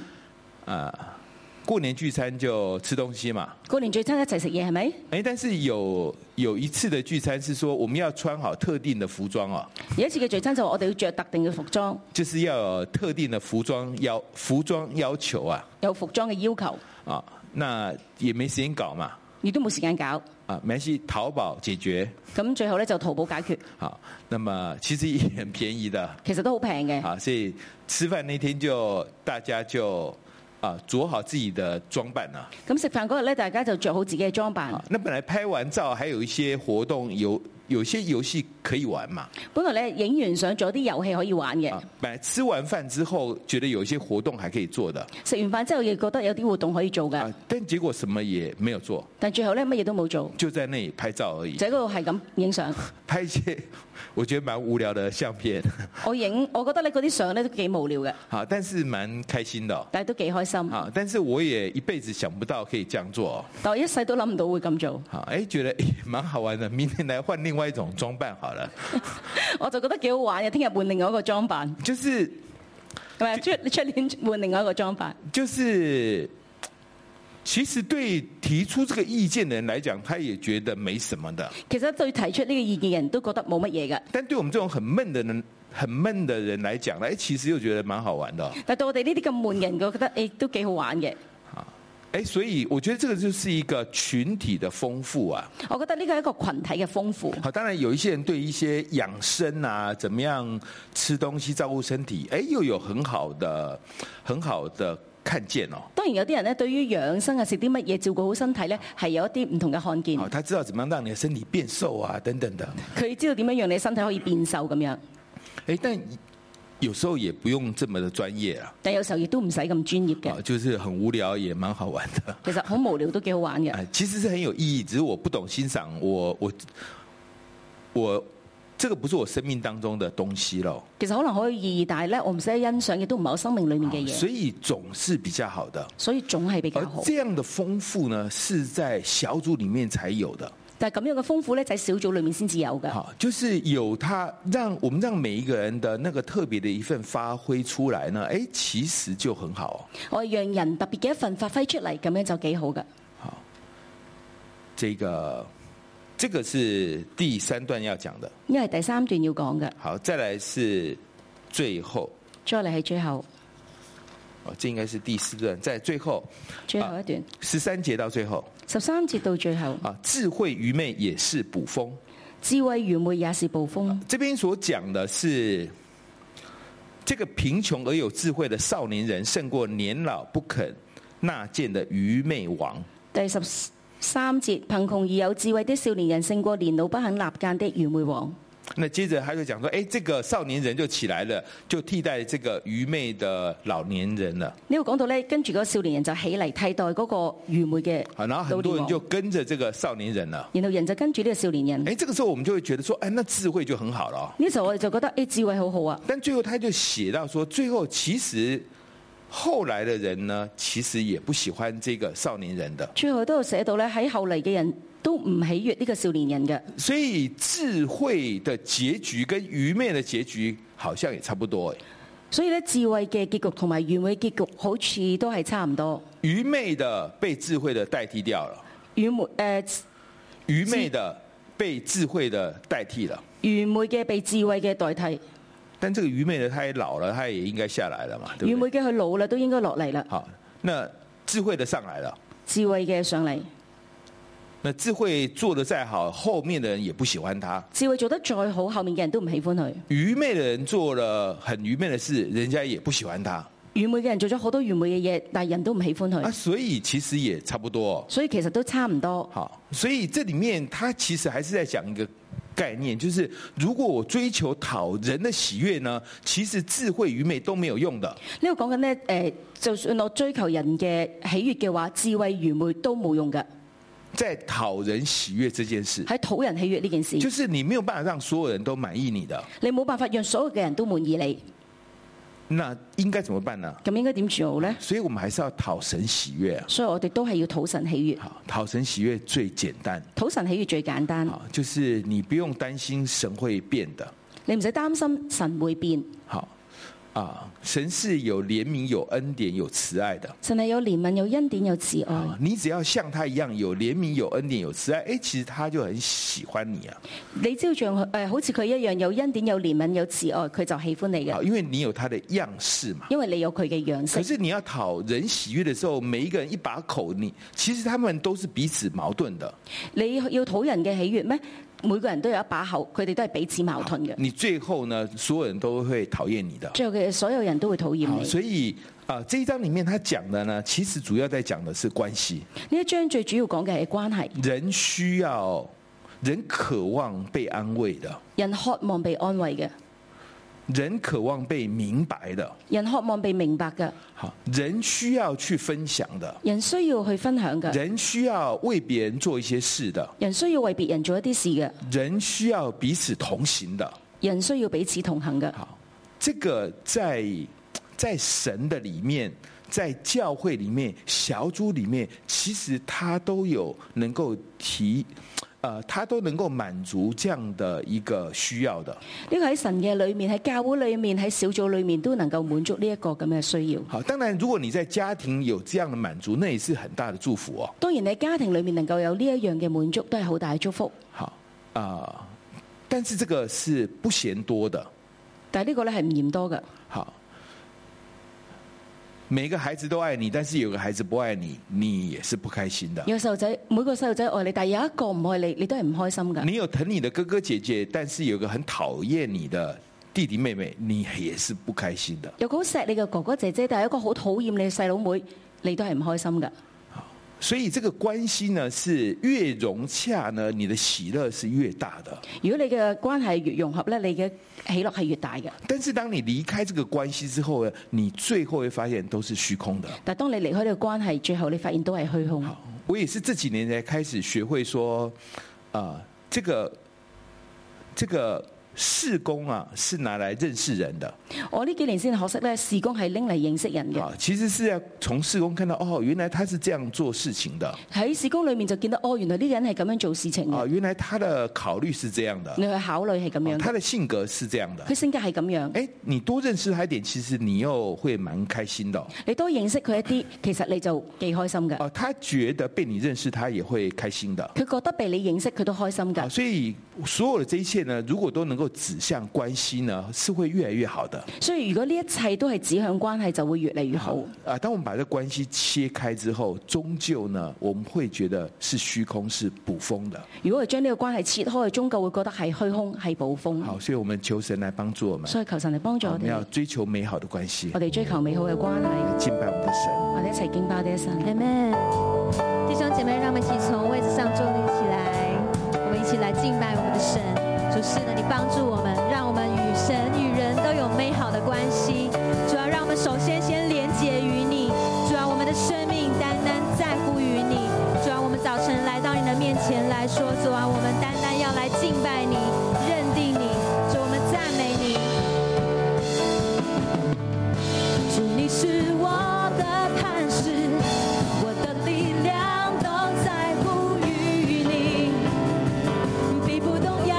B: 啊，过年聚餐就吃东西嘛。
C: 過年聚餐一齊食嘢係咪？
B: 哎，但是有有一次的聚餐是说，我们要穿好特定的服装哦，
C: 有一次嘅聚餐就話我哋要着特定嘅服裝，
B: 就是要有特定的服装要服装要求啊
C: 有服裝嘅要求，
B: 啊，那也没时间搞嘛
C: 亦都冇時間搞。
B: 啊，没关系，淘寶解决
C: 咁最後呢，就淘寶解決，
B: 好，那么其实也很便宜的
C: 其實都好平嘅。
B: 啊，所以吃饭那天就大家就啊着好自己的装扮了、
C: 咁食飯嗰日呢，大家就着好自己嘅裝扮。
B: 啊，那本来拍完照还有一些活动，有有些游戏可以玩嘛。
C: 本來呢，影完相仲有啲遊戲可以玩嘅
B: 啊。，本来吃完饭之后觉得有一些活动还可以做的
C: 食完飯之後亦覺得有啲活動可以做嘅
B: 啊，，但结果什么也没有做，
C: 但最後呢，乜嘢都冇做，
B: 就在那里拍照而已，
C: 就喺嗰度係咁影 相。
B: 拍一些我觉得蛮无聊的相片。
C: 我影，我覺得呢嗰啲相呢都幾無聊嘅，
B: 好，但是蛮开心的哦、
C: 但係都幾開 心。
B: 好，但是我也一辈子想不到可以这样做哦、
C: 但我一世都諗唔到會咁做，
B: 好，哎，觉得哎蛮好玩的，明天来换另外一种装扮好了。
C: 我就覺得幾好玩嘅。聽日換另外一個裝扮，
B: 就是
C: 係咪？出出年換另外一個裝扮。
B: 就是，其实对提出这个意见的人来讲，他也觉得没什么的。
C: 其實對提出呢個意見嘅人都覺得冇乜嘢嘅，
B: 但对我们这种很闷的人、很闷的人来讲，哎，其实又觉得蛮好玩的哦、
C: 但對我哋呢啲咁悶嘅人，我覺得誒都幾好玩嘅。
B: 哎，所以我觉得这个就是一个群体的丰富啊。
C: 我覺得呢個係一個群體嘅豐富。
B: 好，当然有一些人对一些养生啊，怎么样吃东西照顾身体，哎，又有很好的、很好的看见哦。
C: 當然有啲人咧，對於養生啊、食啲乜嘢、照顧好身體咧，係有一啲唔同嘅看見
B: 好，。他知道怎么样让你的身体变瘦啊，等等的。
C: 佢知道點樣讓你身體可以變瘦咁樣，
B: 哎，但有时候也不用这么的专业啊。
C: 但有時候亦都唔使咁專業
B: 啊，
C: 嘅。
B: 就是很无聊，也蛮好玩的。
C: 其實好無聊都幾好玩嘅。
B: 哎，其实是很有意义，只是我不懂欣赏。我我我，这个不是我生命当中的东西咯，
C: 其實可能好有意義，但係咧我唔識得欣賞，亦都唔係我生命裡面嘅嘢，
B: 所以总是比较好的。
C: 所以總係比較
B: 而
C: 好。
B: 这样的丰富呢，是在小组里面才有的。
C: 但係咁樣嘅豐富咧，就喺小組裡面先至有㗎。
B: 好，就是有它，让我们让每一个人的那个特别的一份发挥出来呢，哎，其实就很好。
C: 我係讓人特別嘅一份發揮出嚟，咁樣就幾好㗎。
B: 这个这个是第三段要讲的。
C: 因為第三段要講嘅，
B: 好，再来是最后。
C: 再嚟係最後
B: 哦，这应该是第四段，在最后
C: 最後一段，
B: 十三节到最后
C: 十三節到最後，
B: 啊，智慧愚昧也是捕风。
C: 智慧愚昧也是暴風。
B: 这边所讲的是这个贫穷而有智慧的少年人，胜过年老不肯纳谏的愚昧王。
C: 第十三節，貧窮而有智慧的少年人勝過年老不肯立間的愚昧王。
B: 那接着他就讲说，哎，这个少年人就起来了，就替代这个愚昧的老年人了。
C: 呢度講到咧，跟住嗰個少年人就起嚟替代嗰個愚昧嘅
B: 好，
C: 老
B: 然后很
C: 年
B: 多人
C: 王
B: 就跟着这个少年人了。
C: 然後人就跟住呢個少年人。
B: 哎，這個時候我們就會覺得說，哎，那智慧就很好了哦、
C: 呢時候我哋就覺得，誒智慧好好啊！
B: 但最後他就寫到說，最後其實後來的人呢，其實也不喜歡這個少年人的。
C: 最後都有寫到咧，喺後嚟嘅人都唔喜悦呢個少年人嘅，
B: 所以智慧的結局跟愚昧的結局好像也差不多哎。
C: 所以咧智慧嘅結局同埋愚昧嘅結局好似都係差唔多。
B: 愚昧的被智慧的代替掉了，
C: 愚昧誒、呃
B: 愚昧的被智慧的代替了。
C: 愚昧嘅被智慧嘅代替，
B: 但這個愚昧的他也老了，他也應該下來了嘛，對
C: 愚
B: 不
C: 昧
B: 對？
C: 嘅佢老啦都應該落嚟啦，
B: 好，那智慧的上來了。
C: 智慧嘅上嚟，
B: 那智慧做得再好，後面的人也不喜歡他。
C: 智慧做得再好，後面嘅人都唔喜歡佢。
B: 愚昧的人做了很愚昧的事，人家也不喜歡他
C: 愚昧嘅人做咗好多愚昧嘅嘢，但係人都唔喜歡
B: 啊，
C: 佢，
B: 所以其實也差不多。
C: 所以其實都差唔多。
B: 好，所以這裡面他其實還是在講一個概念，就是如果我追求討人的喜悅呢，其實智慧愚昧都沒有用的。
C: 呢度講緊呢，誒、就算我追求人嘅喜悦嘅話，智慧愚昧都冇用嘅。
B: 在討人喜悅這件事，
C: 喺討人喜悦呢件事，
B: 就是你沒有辦法讓所有人都滿意你的，
C: 你冇辦法讓所有嘅人都滿意你，
B: 那應該怎麼辦呢？
C: 咁應該點做呢？
B: 所以我們還是要討神喜悅啊。
C: 所以我哋都係要討神喜悦，
B: 好，討神喜悅最簡單，
C: 討神喜悦最簡單，
B: 好，就是你不用擔心神會變的。
C: 你唔使擔心神會變，
B: 好啊，神是有憐憫、有恩典、有慈愛的
C: 神係有憐憫、有恩典、有慈愛。
B: 啊。你只要像他一樣有憐憫、有恩典、有慈愛，哎、其實他就很喜歡你啊。
C: 你只要像佢誒好似佢一樣有恩典、有憐憫、有慈愛，佢就喜歡你
B: 好，
C: 嘅，
B: 因為你有他的樣式嘛。
C: 因為你有佢嘅樣
B: 可
C: 式。
B: 啊是你要討人喜悅的時候，每一個人一把口你，其實他們都是彼此矛盾的。
C: 你要討人嘅喜悦咩？每個人都有一把口，佢哋都係彼此矛盾嘅。
B: 你最後呢，所有人都會討厭你的。
C: 最後嘅所有人都會討厭
B: 好，
C: 你。
B: 所以啊、這一章裡面他講的呢，其實主要在講的是關係。
C: 呢一章最主要講嘅係關係，
B: 人需要，人渴望被安慰的，
C: 人渴望被安慰嘅，
B: 人渴望被明白的，
C: 人渴望被明白嘅，
B: 好，人需要去分享的，
C: 人需要去分享嘅，
B: 人需要為別人做一些事的，
C: 人需要為別人做一啲事嘅，
B: 人需要彼此同行的。
C: 人需要彼此同行嘅。
B: 好，這個在在神的裡面，在教會裡面，小組裡面，其實他都有能夠提，呃，他都能夠滿足這樣的一個需要的。
C: 呢個喺神嘅裏面，喺教會裏面，喺小組裏面都能夠滿足呢一個咁嘅需要。
B: 好，當然，如果你在家庭有這樣的滿足，那也是很大的祝福哦。
C: 當然你喺家庭裏面能夠有呢一樣嘅滿足，都係好大嘅祝福。
B: 好啊、但是這個是不嫌多的。
C: 但係呢個咧係唔嫌多嘅。
B: 好，每個孩子都愛你，但是有個孩子不愛你，你也是不開心的。
C: 有細路仔，每個細路仔愛哦你，但係有一個唔愛你，你都係唔開心㗎。
B: 你有疼你的哥哥姐姐，但是有個很討厭你的弟弟妹妹，你也是不開心的。
C: 有個好錫你嘅哥哥姐姐，但係有一個好討厭你嘅細佬妹，你都係唔開心㗎。
B: 所以這個關係呢，是越融洽呢，你的喜樂是越大的。
C: 如果你嘅關係越融合咧，你嘅喜樂係越大嘅。
B: 但是當你離開這個關係之後呢，你最後會發現都是虛空的。
C: 但係當你離開呢個關係，最後你發現都係虛空。
B: 我也是這幾年才開始學會說，啊、這個這個事工啊，是拿來認識人的
C: 我呢幾年先學識咧，事工係拎嚟認識人嘅。
B: 啊。其實是要從事工看到，哦，原來他是這樣做事情的
C: 喺事工裏面就見到，哦，原來呢個人係咁樣做事情
B: 啊，
C: 嘅。
B: 原來他的考慮是這樣的，
C: 你去考慮係咁樣
B: 啊他
C: 嘅，
B: 的性格是這樣的
C: 佢。性格係咁樣。
B: 哎，你多認識他一點，其實你又會蠻開心的哦。
C: 你多認識佢一啲，其實你就幾開心嘅。
B: 啊，他覺得被你認識，他也會開心的。
C: 佢覺得被你認識，佢都開心
B: 啊，
C: 㗎。
B: 所以所有的這一切呢，如果都能夠指向關係呢，是會越來越好的。
C: 所以如果呢一切都係指向關係，就會越嚟越好。
B: 啊，當我們把這關係切開之後，終究呢，我們會覺得是虛空，是捕風的。
C: 如果係將呢個關係切開，終究會覺得係虛空、係暴風。
B: 好，所以我們求神來幫助我們，
C: 所以求神嚟幫助
B: 好
C: 我
B: 我們要
C: 哋，
B: 追求美好的關係，
C: 我哋追求美好嘅關係，
B: 敬拜我們的神。
C: 我哋一齊敬拜我哋嘅神。
D: Amen。弟兄姐妹，让我们一起从位置上坐立起来，我们一起来敬拜我们的神。主
E: 是的，你帮助我们，让我们与神与人都有美好的关系。主啊要让我们首先先连结于你，主啊要我们的生命单单在乎于你。主啊要我们早晨来到你的面前来说，主啊，我们单单要来敬拜你，认定你，主我们赞美你。主，你是我的磐石，我的力量都在乎于你，必不动摇。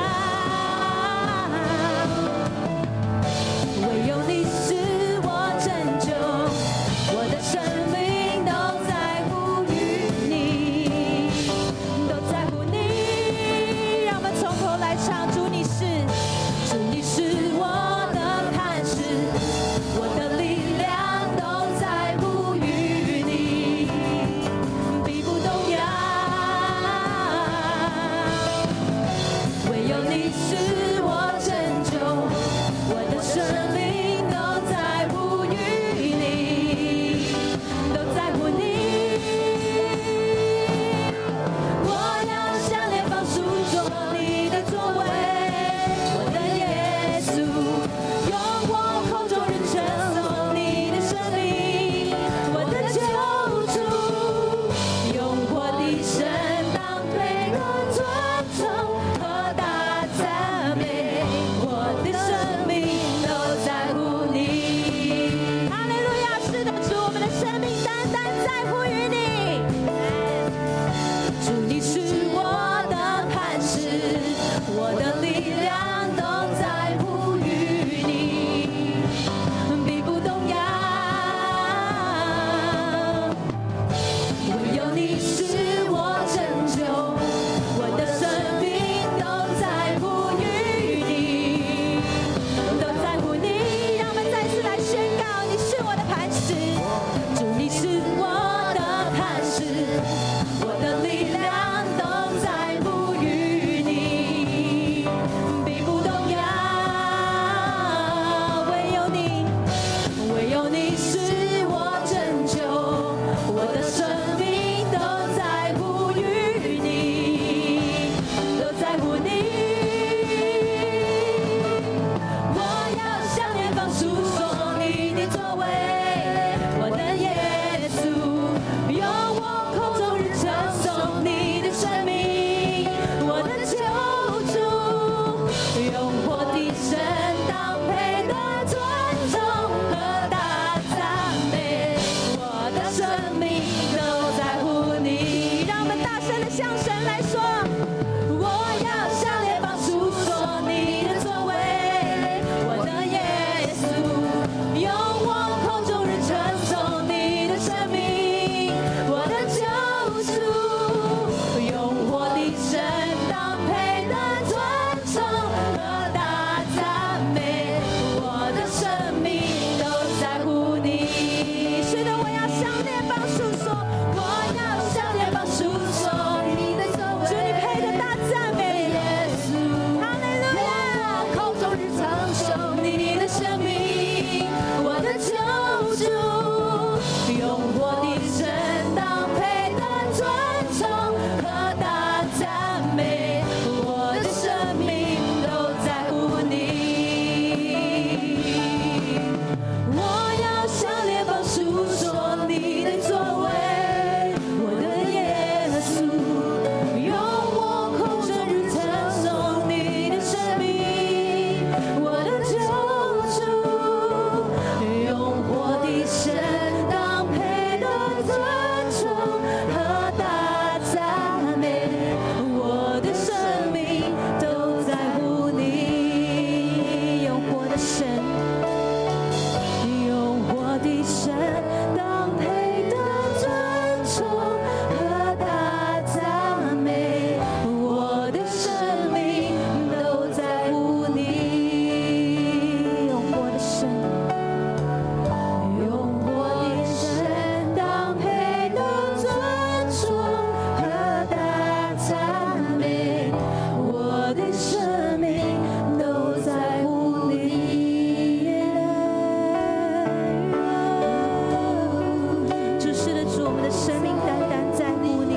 E: 啊啊啊啊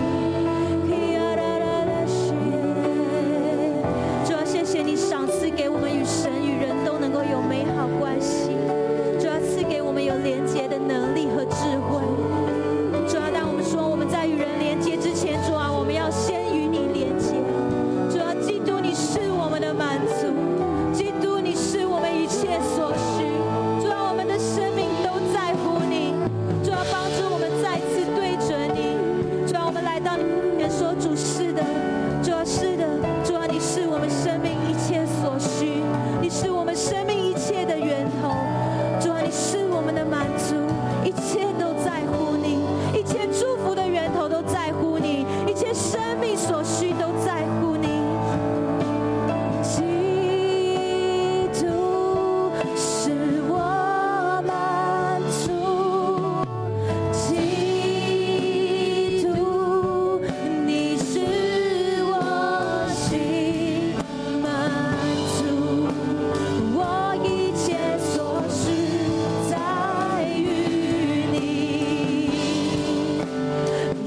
E: 切所需。主啊，我们的生命都在乎你。主啊，帮助我们再次对准你。主啊，我们来到你面前说：“主是的，主啊是的，主啊，你是我们生命一切所需，你是我们生命一切的源头。主啊，你是我们的满足，一切都在乎你，一切祝福的源头都在乎你，一切生命所需都在乎你。”基督是我满足，基督你是我心满足，我一切所需在于你。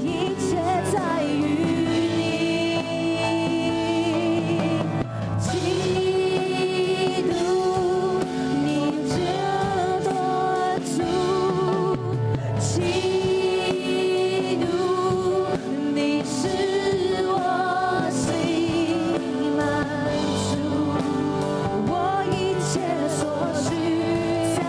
E: 一切在于你，基督，你这得主，基督，你是我心满足，我一切所需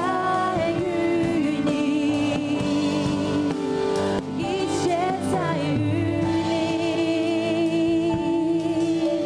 E: 在于你。一切在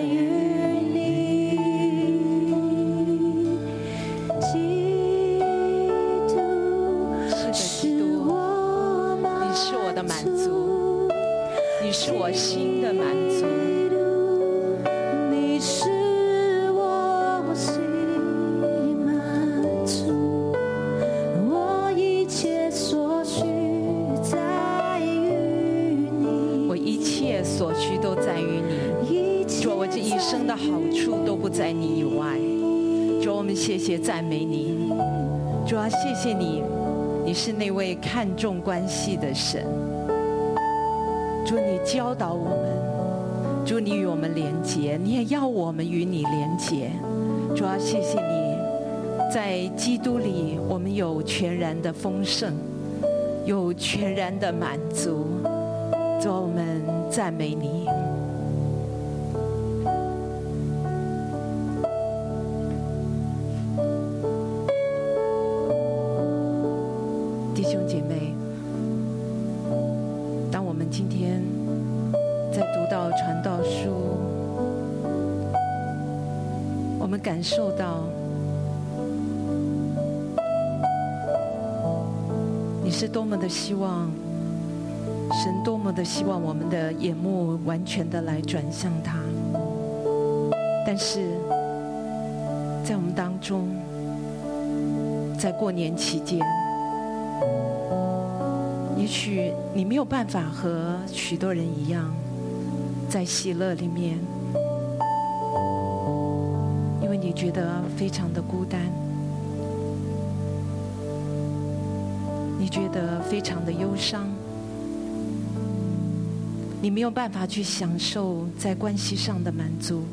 E: 于你，基督使我满足，基督你使我心满足，我一切所需在于你。一切在于你，基督是
F: 是的，基督，
E: 我满足，
F: 你是我的满足，你是我心的满足，
E: 基督，你是我心满足，我一切所需在于你，
F: 我一切所需都在于你。
E: 一切
F: 主啊，我这一生的好处都不在你以外。主啊，我们谢谢赞美你。主啊，谢谢你，你是那位看重关系的神。主，你教导我们，主，你与我们连结，你也要我们与你连结。主啊，谢谢你，在基督里我们有全然的丰盛，有全然的满足。主啊，我们赞美你。弟兄姐妹，当我们今天在读到《传道书》，我们感受到你是多么的希望，神多么的希望我们的眼目完全的来转向他，但是在我们当中，在过年期间。也许你没有办法和许多人一样，在喜乐里面，因为你觉得非常的孤单，你觉得非常的忧伤，你没有办法去享受在关系上的满足。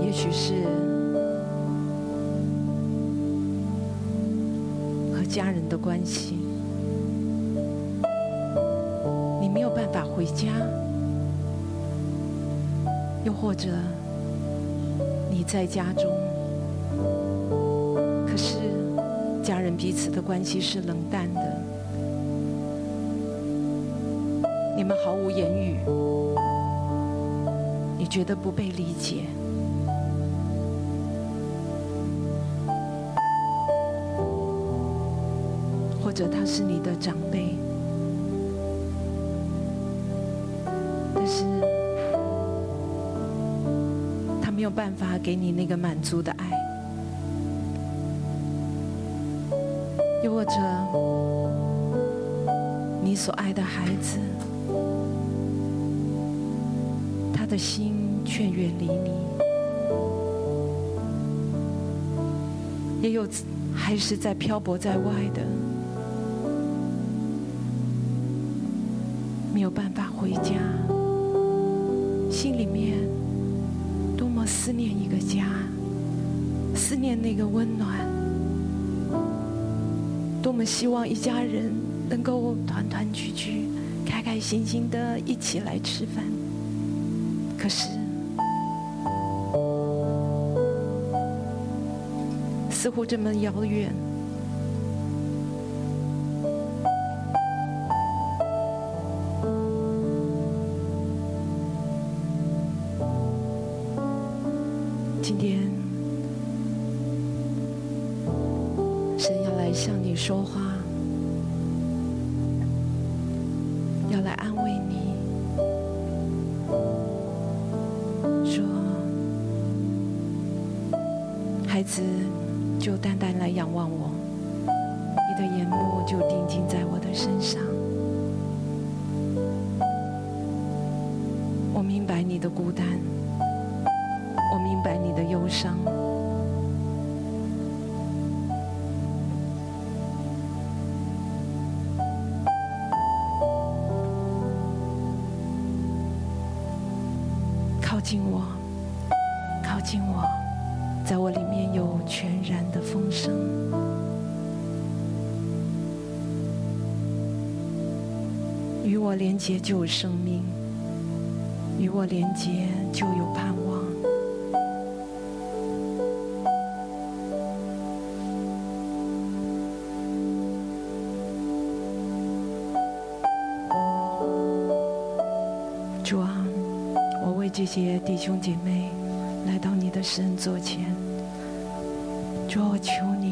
F: 也许是和家人的关系，你没有办法回家，又或者你在家中，可是家人彼此的关系是冷淡的，你们毫无言语，你觉得不被理解。或者他是你的长辈，但是他没有办法给你那个满足的爱，又或者你所爱的孩子，他的心却远离你，也有还是在漂泊在外的，没有办法回家，心里面多么思念一个家，思念那个温暖，多么希望一家人能够团团聚聚，开开心心的一起来吃饭，可是。似乎这么遥远。今天，神要来向你说话，要来安慰你，说：“孩子。”就单单来仰望我，你的眼目就定睛在我的身上。我明白你的孤单，我明白你的忧伤。靠近我，靠近我。在我里面有全然的丰盛。与我连结就有生命，与我连结就有盼望。主啊，我为这些弟兄姐妹来到你的神座前。主啊，我求你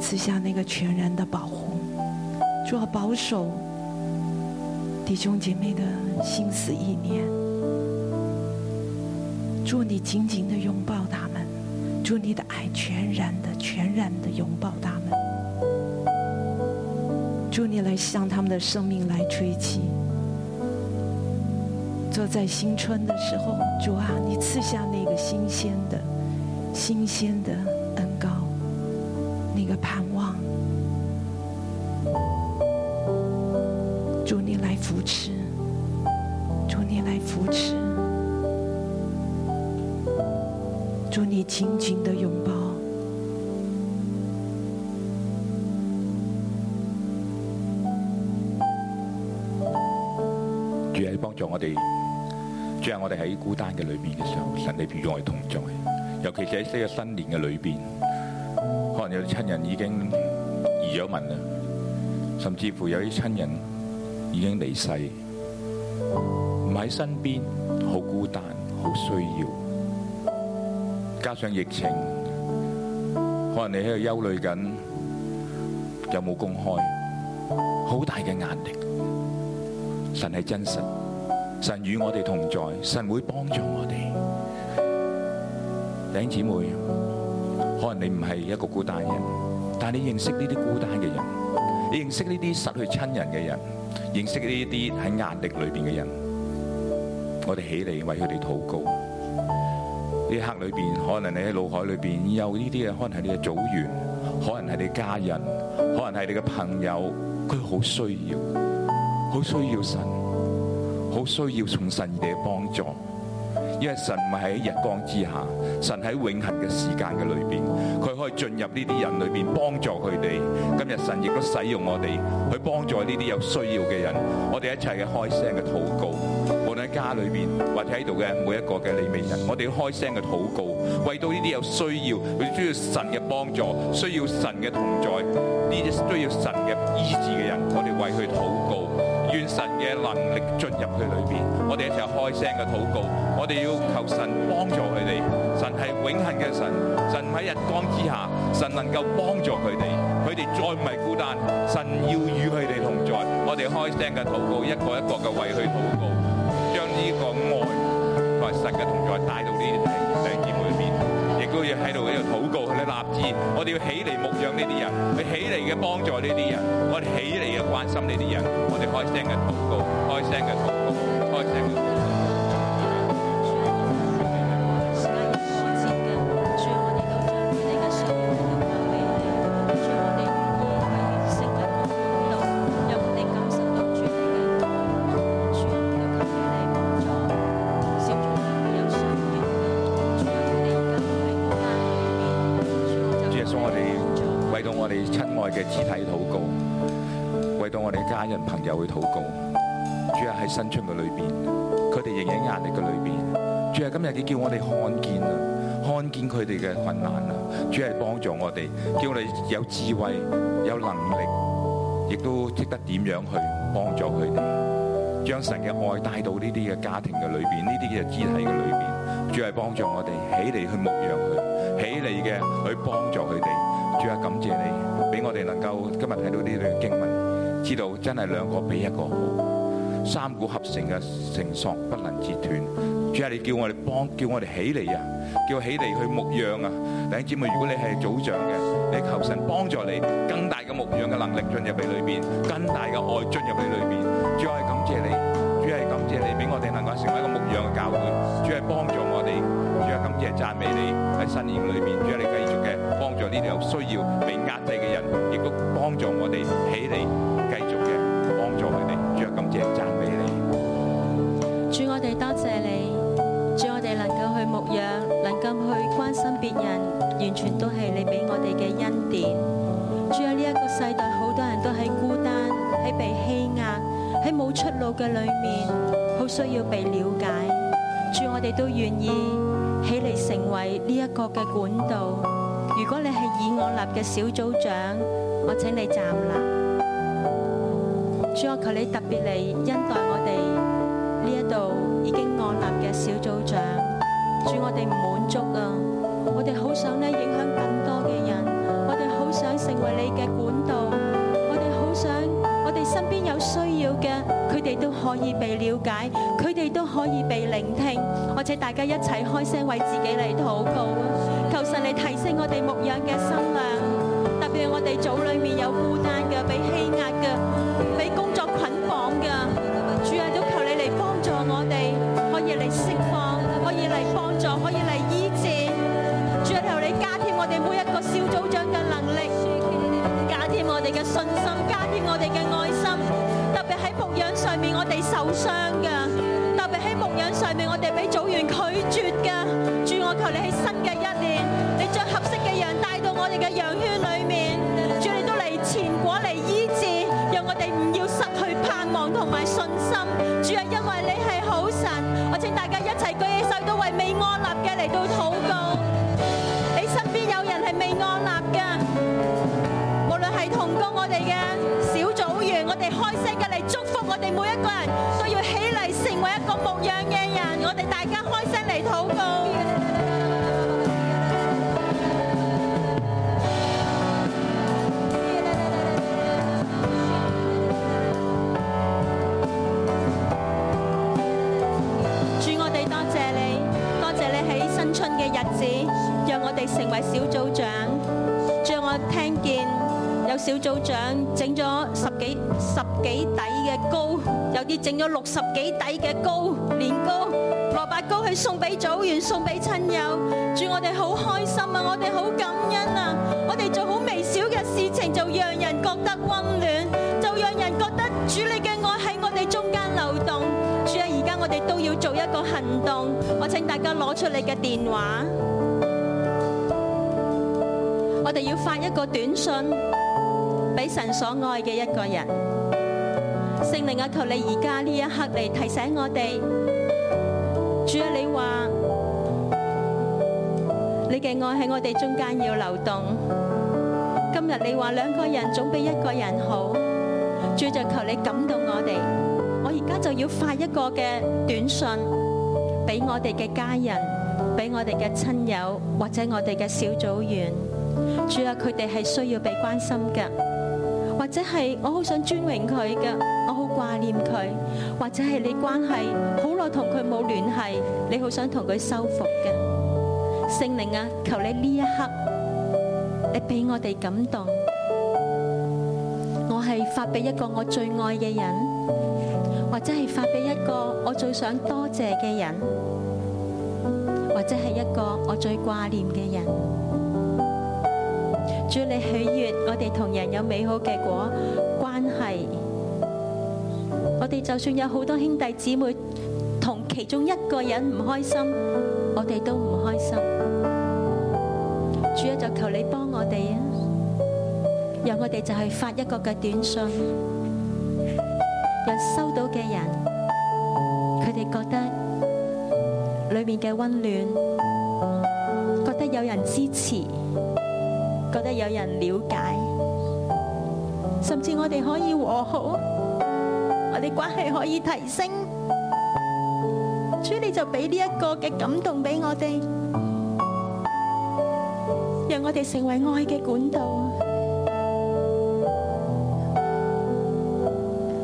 F: 赐下那个全然的保护，主啊，保守弟兄姐妹的心思意念，祝你紧紧的拥抱他们，祝你的爱全然的、全然的拥抱他们，祝你来向他们的生命来吹气。坐在新春的时候，主啊，你赐下那个新鲜的。新鲜的恩膏，那个盼望，主你来扶持，主你来扶持，主你紧紧的拥抱，
G: 主係幫助我哋，主係我哋喺孤單嘅裏邊嘅時候，神你與我哋同在。尤其是喺呢個新年嘅裏邊，可能有啲親人已經移咗民啦，甚至乎有啲親人已經離世，唔喺身邊，好孤單，好需要。加上疫情，可能你喺度憂慮緊有冇公開，好大嘅壓力。神係真實，神與我哋同在，神會幫助我哋。弟兄姊妹，可能你唔係一個孤單人，但係你認識呢啲孤單嘅人，你認識呢啲失去親人嘅人，認識呢啲喺壓力裏邊嘅人，我哋起嚟為佢哋禱告。呢一刻裏邊，可能你喺腦海裏邊有呢啲嘅，可能係你嘅組員，可能係你家人，可能係你嘅朋友，佢好需要，好需要神，好需要從神而嚟嘅幫助。因為神唔係喺日光之下，神喺永恒嘅時間嘅裏邊，佢可以進入呢啲人裏邊幫助佢哋。今日神亦都使用我哋去幫助呢啲有需要嘅人。我哋一齊嘅開聲嘅禱告，無論喺家裏邊或者喺度嘅每一個嘅利未人，我哋要開聲嘅禱告，為到呢啲有需要，佢需要神嘅幫助，需要神嘅同在，呢啲需要神嘅醫治嘅人，我哋為佢禱告。願神嘅能力進入佢裏邊，我哋一齊開聲嘅禱告，我哋要求神幫助佢哋。神係永恆嘅神，神唔喺日光之下，神能夠幫助佢哋，佢哋再唔係孤單，神要與佢哋同在。我哋開聲嘅禱告，一個一個嘅為佢禱告，將呢個愛同埋神嘅同在帶到呢啲弟兄姊妹裏邊，亦都要喺度喺度禱告，佢哋立志，我哋要起嚟牧養呢啲人，去起嚟嘅幫助呢啲人，我哋起嚟嘅關心呢啲人，我哋開聲嘅禱告，開聲嘅禱告，開聲嘅禱告。
E: 主啊，我哋
G: 穌，我哋為到我哋親愛嘅肢體禱告，為到我哋家人朋友去禱告。主啊，喺新春嘅裏邊，佢哋仍然喺壓力嘅裏邊。主啊，今日你叫我哋看見啊，看見佢哋嘅困難啊。主係幫助我哋，叫我哋有智慧、有能力，亦都識得點樣去幫助佢哋。將神嘅愛帶到呢啲嘅家庭嘅裏邊，呢啲嘅肢體嘅裏邊，主係幫助我哋起嚟去牧養佢，起嚟嘅去幫助佢哋。主啊，感謝你俾我哋能夠今日睇到呢段經文，知道真係兩個比一個好，三股合成嘅繩索不能截斷。主啊，你叫我哋幫，叫我哋起嚟啊，叫起嚟去牧養啊！弟兄姊妹，如果你係組長嘅，你求神幫助你更大嘅牧養嘅能力進入你裏邊，更大嘅愛進入你裏邊。主啊，係感謝你，主啊，係感謝你俾我哋能夠成為一個牧養嘅教會，主啊，係幫助我哋，主啊，感謝讚美你喺新年裏邊，主啊，你繼續嘅幫助呢啲有需要被壓制嘅人，亦都幫助我哋起嚟，繼續嘅幫助佢哋。主啊，感謝讚美你。
E: 主，我哋多謝你，主，我哋能夠去牧養，能夠去關心別人，完全都係你俾我哋嘅恩典。主喺呢一個世代，好多人都喺孤單，喺被欺壓，喺冇出路嘅裏面，好需要被了解。主，我哋都願意起嚟成為呢一個嘅管道。如果你係以我立嘅小組長，我請你站立。主，我求你特別嚟恩待我哋。呢一度已經按立嘅小組長，主我哋唔滿足啊！我哋好想咧影響更多嘅人，我哋好想成為你嘅管道，我哋好想我哋身邊有需要嘅，佢哋都可以被了解，佢哋都可以被聆聽，或者大家一齊開聲為自己嚟禱告啊！求神你提升我哋牧養嘅心量，特別係我哋組裏面有孤單嘅、被欺壓嘅、被工作捆綁嘅。主啊，都求你嚟幫助我哋，可以嚟釋放，可以嚟幫助，可以嚟醫治。主啊，求你加添我哋每一個小組長嘅能力，加添我哋嘅信心，加添我哋嘅愛心。特別喺牧養上面，我哋受傷嘅；特別喺牧養上面，我哋俾組員拒絕嘅。主，我求你喺新嘅一年，你將合適嘅羊帶到我哋嘅羊圈裏面。主，你都嚟前果嚟醫治，讓我哋唔要失去盼望同埋信心。主啊，因為你係好神，我請大家一齊舉起手，都為未安立嘅嚟到禱告。你身邊有人係未安立嘅，無論係同工我哋嘅小組員，我哋開聲嘅嚟祝福我哋每一個人都要起嚟成為一個牧養嘅人。我哋大家開聲嚟禱告。主，我哋多謝你，多謝你喺新春嘅日子，讓我哋成為小組長。主，我聽見有小組長整咗十幾十幾底嘅糕，有啲整咗六十幾底嘅糕，年糕、蘿蔔糕去送俾組員，送俾親友。主，我哋好開心啊！我哋好感恩啊！我哋做好微小嘅事情，就讓人覺得温暖，就讓人覺得主你嘅愛喺我哋中間流動。主啊，而家我哋都要做一個行動，我請大家攞出你嘅電話，我哋要發一個短信俾神所愛嘅一個人。聖靈啊，求你而家呢一刻嚟提醒我哋，主啊，你話你嘅愛喺我哋中間要流動。今日你話兩個人總比一個人好，主就求你感動我哋。我而家就要發一個嘅短信俾我哋嘅家人，俾我哋嘅親友或者我哋嘅小組員。主啊，佢哋係需要被關心嘅，或者係我好想尊榮佢嘅，我好掛念佢，或者係你關係好耐同佢冇聯繫，你好想同佢修復嘅。聖靈啊，求你呢一刻，你俾我哋感動。我係發俾一個我最愛嘅人。或者係發俾一個我最想多謝嘅人，或者係一個我最掛念嘅人。主你喜悅我哋同人有美好嘅果關係，我哋就算有好多兄弟姊妹同其中一個人唔開心，我哋都唔開心。主主啊，就求你幫我哋啊，讓我哋就係發一個嘅短信，讓收到嘅人，佢哋覺得裏面嘅温暖，覺得有人支持，覺得有人了解，甚至我哋可以和好，我哋關係可以提升。主你就俾呢一個嘅感動俾我哋。让我哋成为爱嘅管道。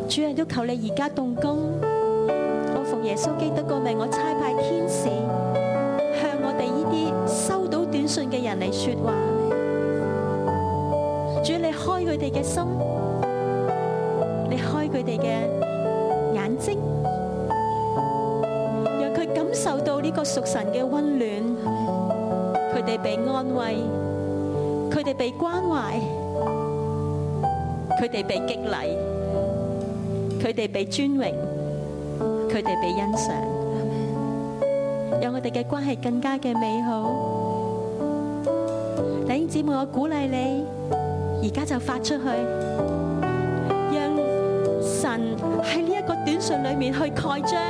E: 主啊，都求你而家动工，我奉耶稣基督个名，我差派天使向我哋呢啲收到短信嘅人嚟说话。主，你开佢哋嘅心，你开佢哋嘅眼睛，让佢感受到呢个属神嘅温暖。佢哋被安慰，佢哋被关怀，佢哋被激励，佢哋被尊荣，佢哋被欣赏，让我哋嘅关系更加嘅美好。弟兄姊妹，我鼓励你，而家就发出去，让神喺呢一个短信里面去盖章，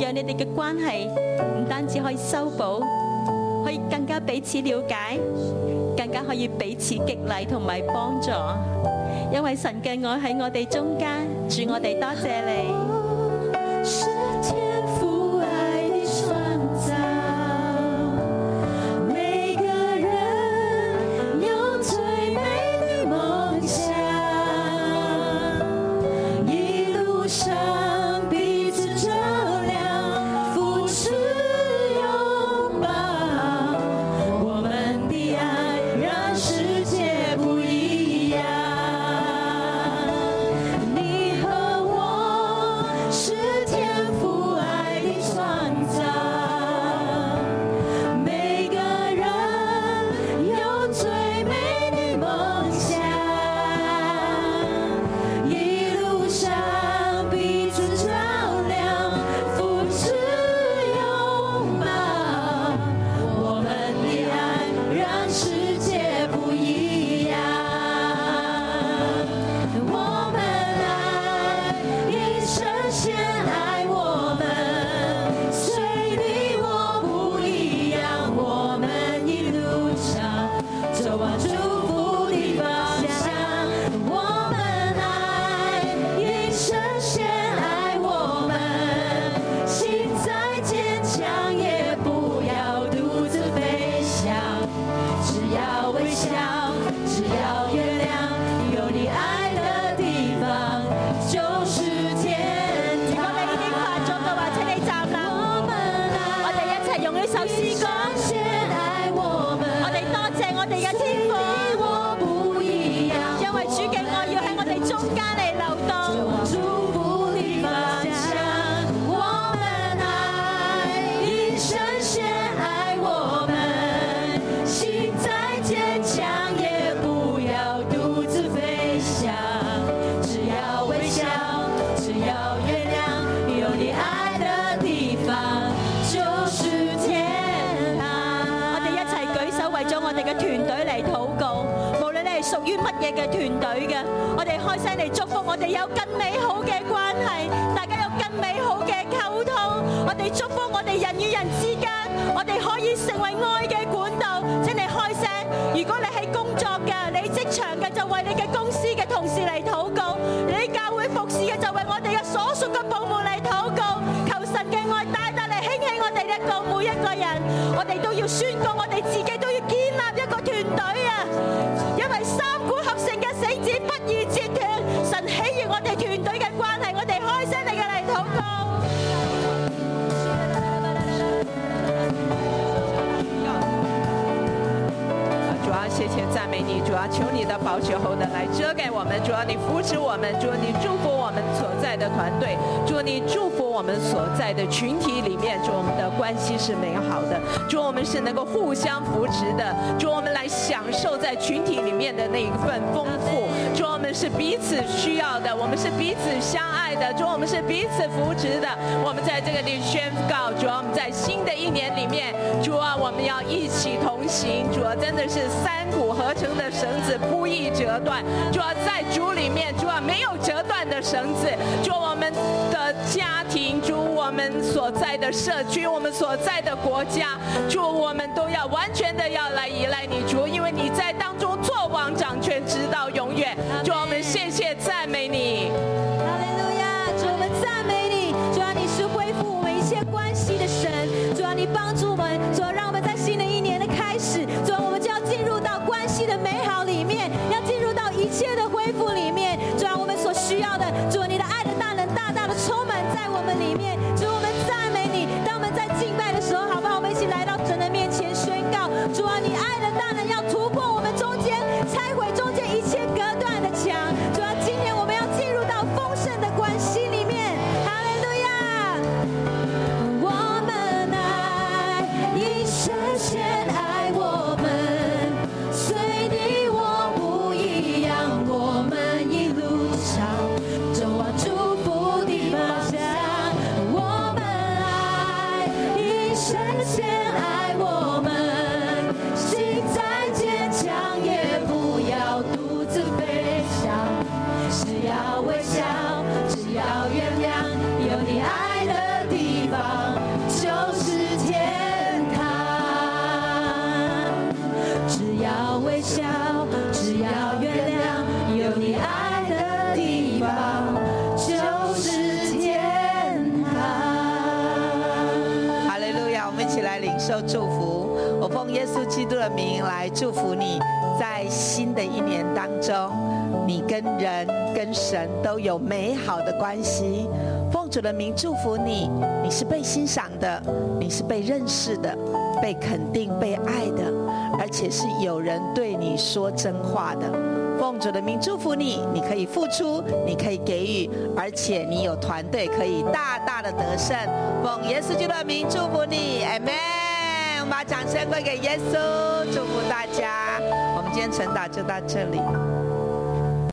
E: 让你哋嘅关系唔单止可以修补。可以更加彼此了解，更加可以彼此激勵同埋幫助。因為神嘅愛喺我哋中間，主我哋多謝你。是天父愛的創造，每個人有最美的夢想，一路上彼此照亮，扶持擁抱。我們的愛讓世界不一樣。你和我是天父愛的創造，每個人有最美的夢想。一路上彼此照亮，扶持擁抱，我們的愛讓世界不一樣。我們愛因神先愛我們，誰的我不一樣，我們一路上走往祝福的方向。我們愛因神先愛我們，心再堅強也不要獨自飛翔。只要微笑，只要月亮，有你愛的地方就是天堂。如果你已經發咗嘅話，請你站立。我哋一齊用呢首詩歌。我哋多謝我哋嘅天父，因為主嘅愛要喺我哋中間嚟流動。我們愛因神先愛我們，心再堅強也不要獨自飛翔。只要微笑，只要月亮，有你愛的地方就是天堂。
D: 我哋一齊舉手為咗我哋嘅團隊嚟禱告，無論你係屬於乜嘢嘅團隊嘅，我哋開聲嚟祝福，我哋有更美好嘅關係，大家有更美好嘅溝通，我哋祝福我哋人與人之間，我哋可以成為愛嘅管道。請你開聲，如果你係工作嘅，你職場嘅就為你嘅公司嘅同事嚟禱告，你教會服侍嘅就為我哋嘅所屬嘅部門嚟禱告，求神嘅愛大大嚟興起我哋一個每一個人，我哋都要宣告，我哋自己都要建立一個團隊啊！因為三股合成嘅繩子不易折斷，神喜悦我哋團隊嘅關係，我哋開聲嚟嘅嚟禱告。
F: 啊主要谢谢赞美你，主要求你的保守厚能来遮盖我们，主啊要你扶持我们，主要你祝福我们所在的团队，主要你祝福我们所在的群体里面，主我们的关系是美好的，主啊我们是能够互相啊扶持的，主我们来享受在群体里面的那一份丰富，主我们
H: 是彼此需要的，我们是彼此相爱的，
F: 啊
H: 主，我们是彼此扶持的。我们在这个地宣告，主啊，我们在新的一年里面，主啊，我们要一起同行，主啊，真的是三股合成的绳子，不易折断。主啊，在主里面，主啊，没有折断的绳子。主啊，我们的家庭，主我们所在的社区，我们所在的国家，主我们都要完全的要来依赖你，主，因为你在当中做王掌权，直到永远。主，啊我们谢谢赞美你。
E: 哈利路亚！主，我们赞美你，主啊，你是恢复我们一切关系的神，主啊，你帮助我们，主啊，让我们在新的一年的开始，主啊，我们就要进入到关系的美好里面，要进入到一切的恢复里面，主啊，我们所需要的，主啊，你的爱的大能大大的充满在我们里面，主啊，我们赞美你。当我们在敬拜的时候，好不好？我们一起来到神的面前宣告，主啊，你爱的大能要突破我们中间，拆毁中间一切隔断的墙，主啊，今天我们要进入到丰盛的关系里面，哈利路亚。我们爱，以神先爱我们，随你我不一样，我们一路上走往祝福的方向。我们爱，以神先爱我们，心再坚强也不要独自飞翔。只要微笑，只要原谅，有你爱的地方就是天堂。只要微笑，只要原谅，有你爱的地方就是天堂。
H: 哈利路亚！我们一起来领受祝福。我奉耶稣基督的名来祝福你，在新的一年当中，你跟人跟神都有美好的关系。奉主的名祝福你，你是被欣赏的，你是被认识的，被肯定、被爱的，而且是有人对你说真话的。奉主的名祝福你，你可以付出，你可以给予，而且你有团队可以大大的得胜。奉耶稣基督的名祝福你，Amen。我们把掌声归给耶稣，祝福大家。我们今天晨祷就到这里。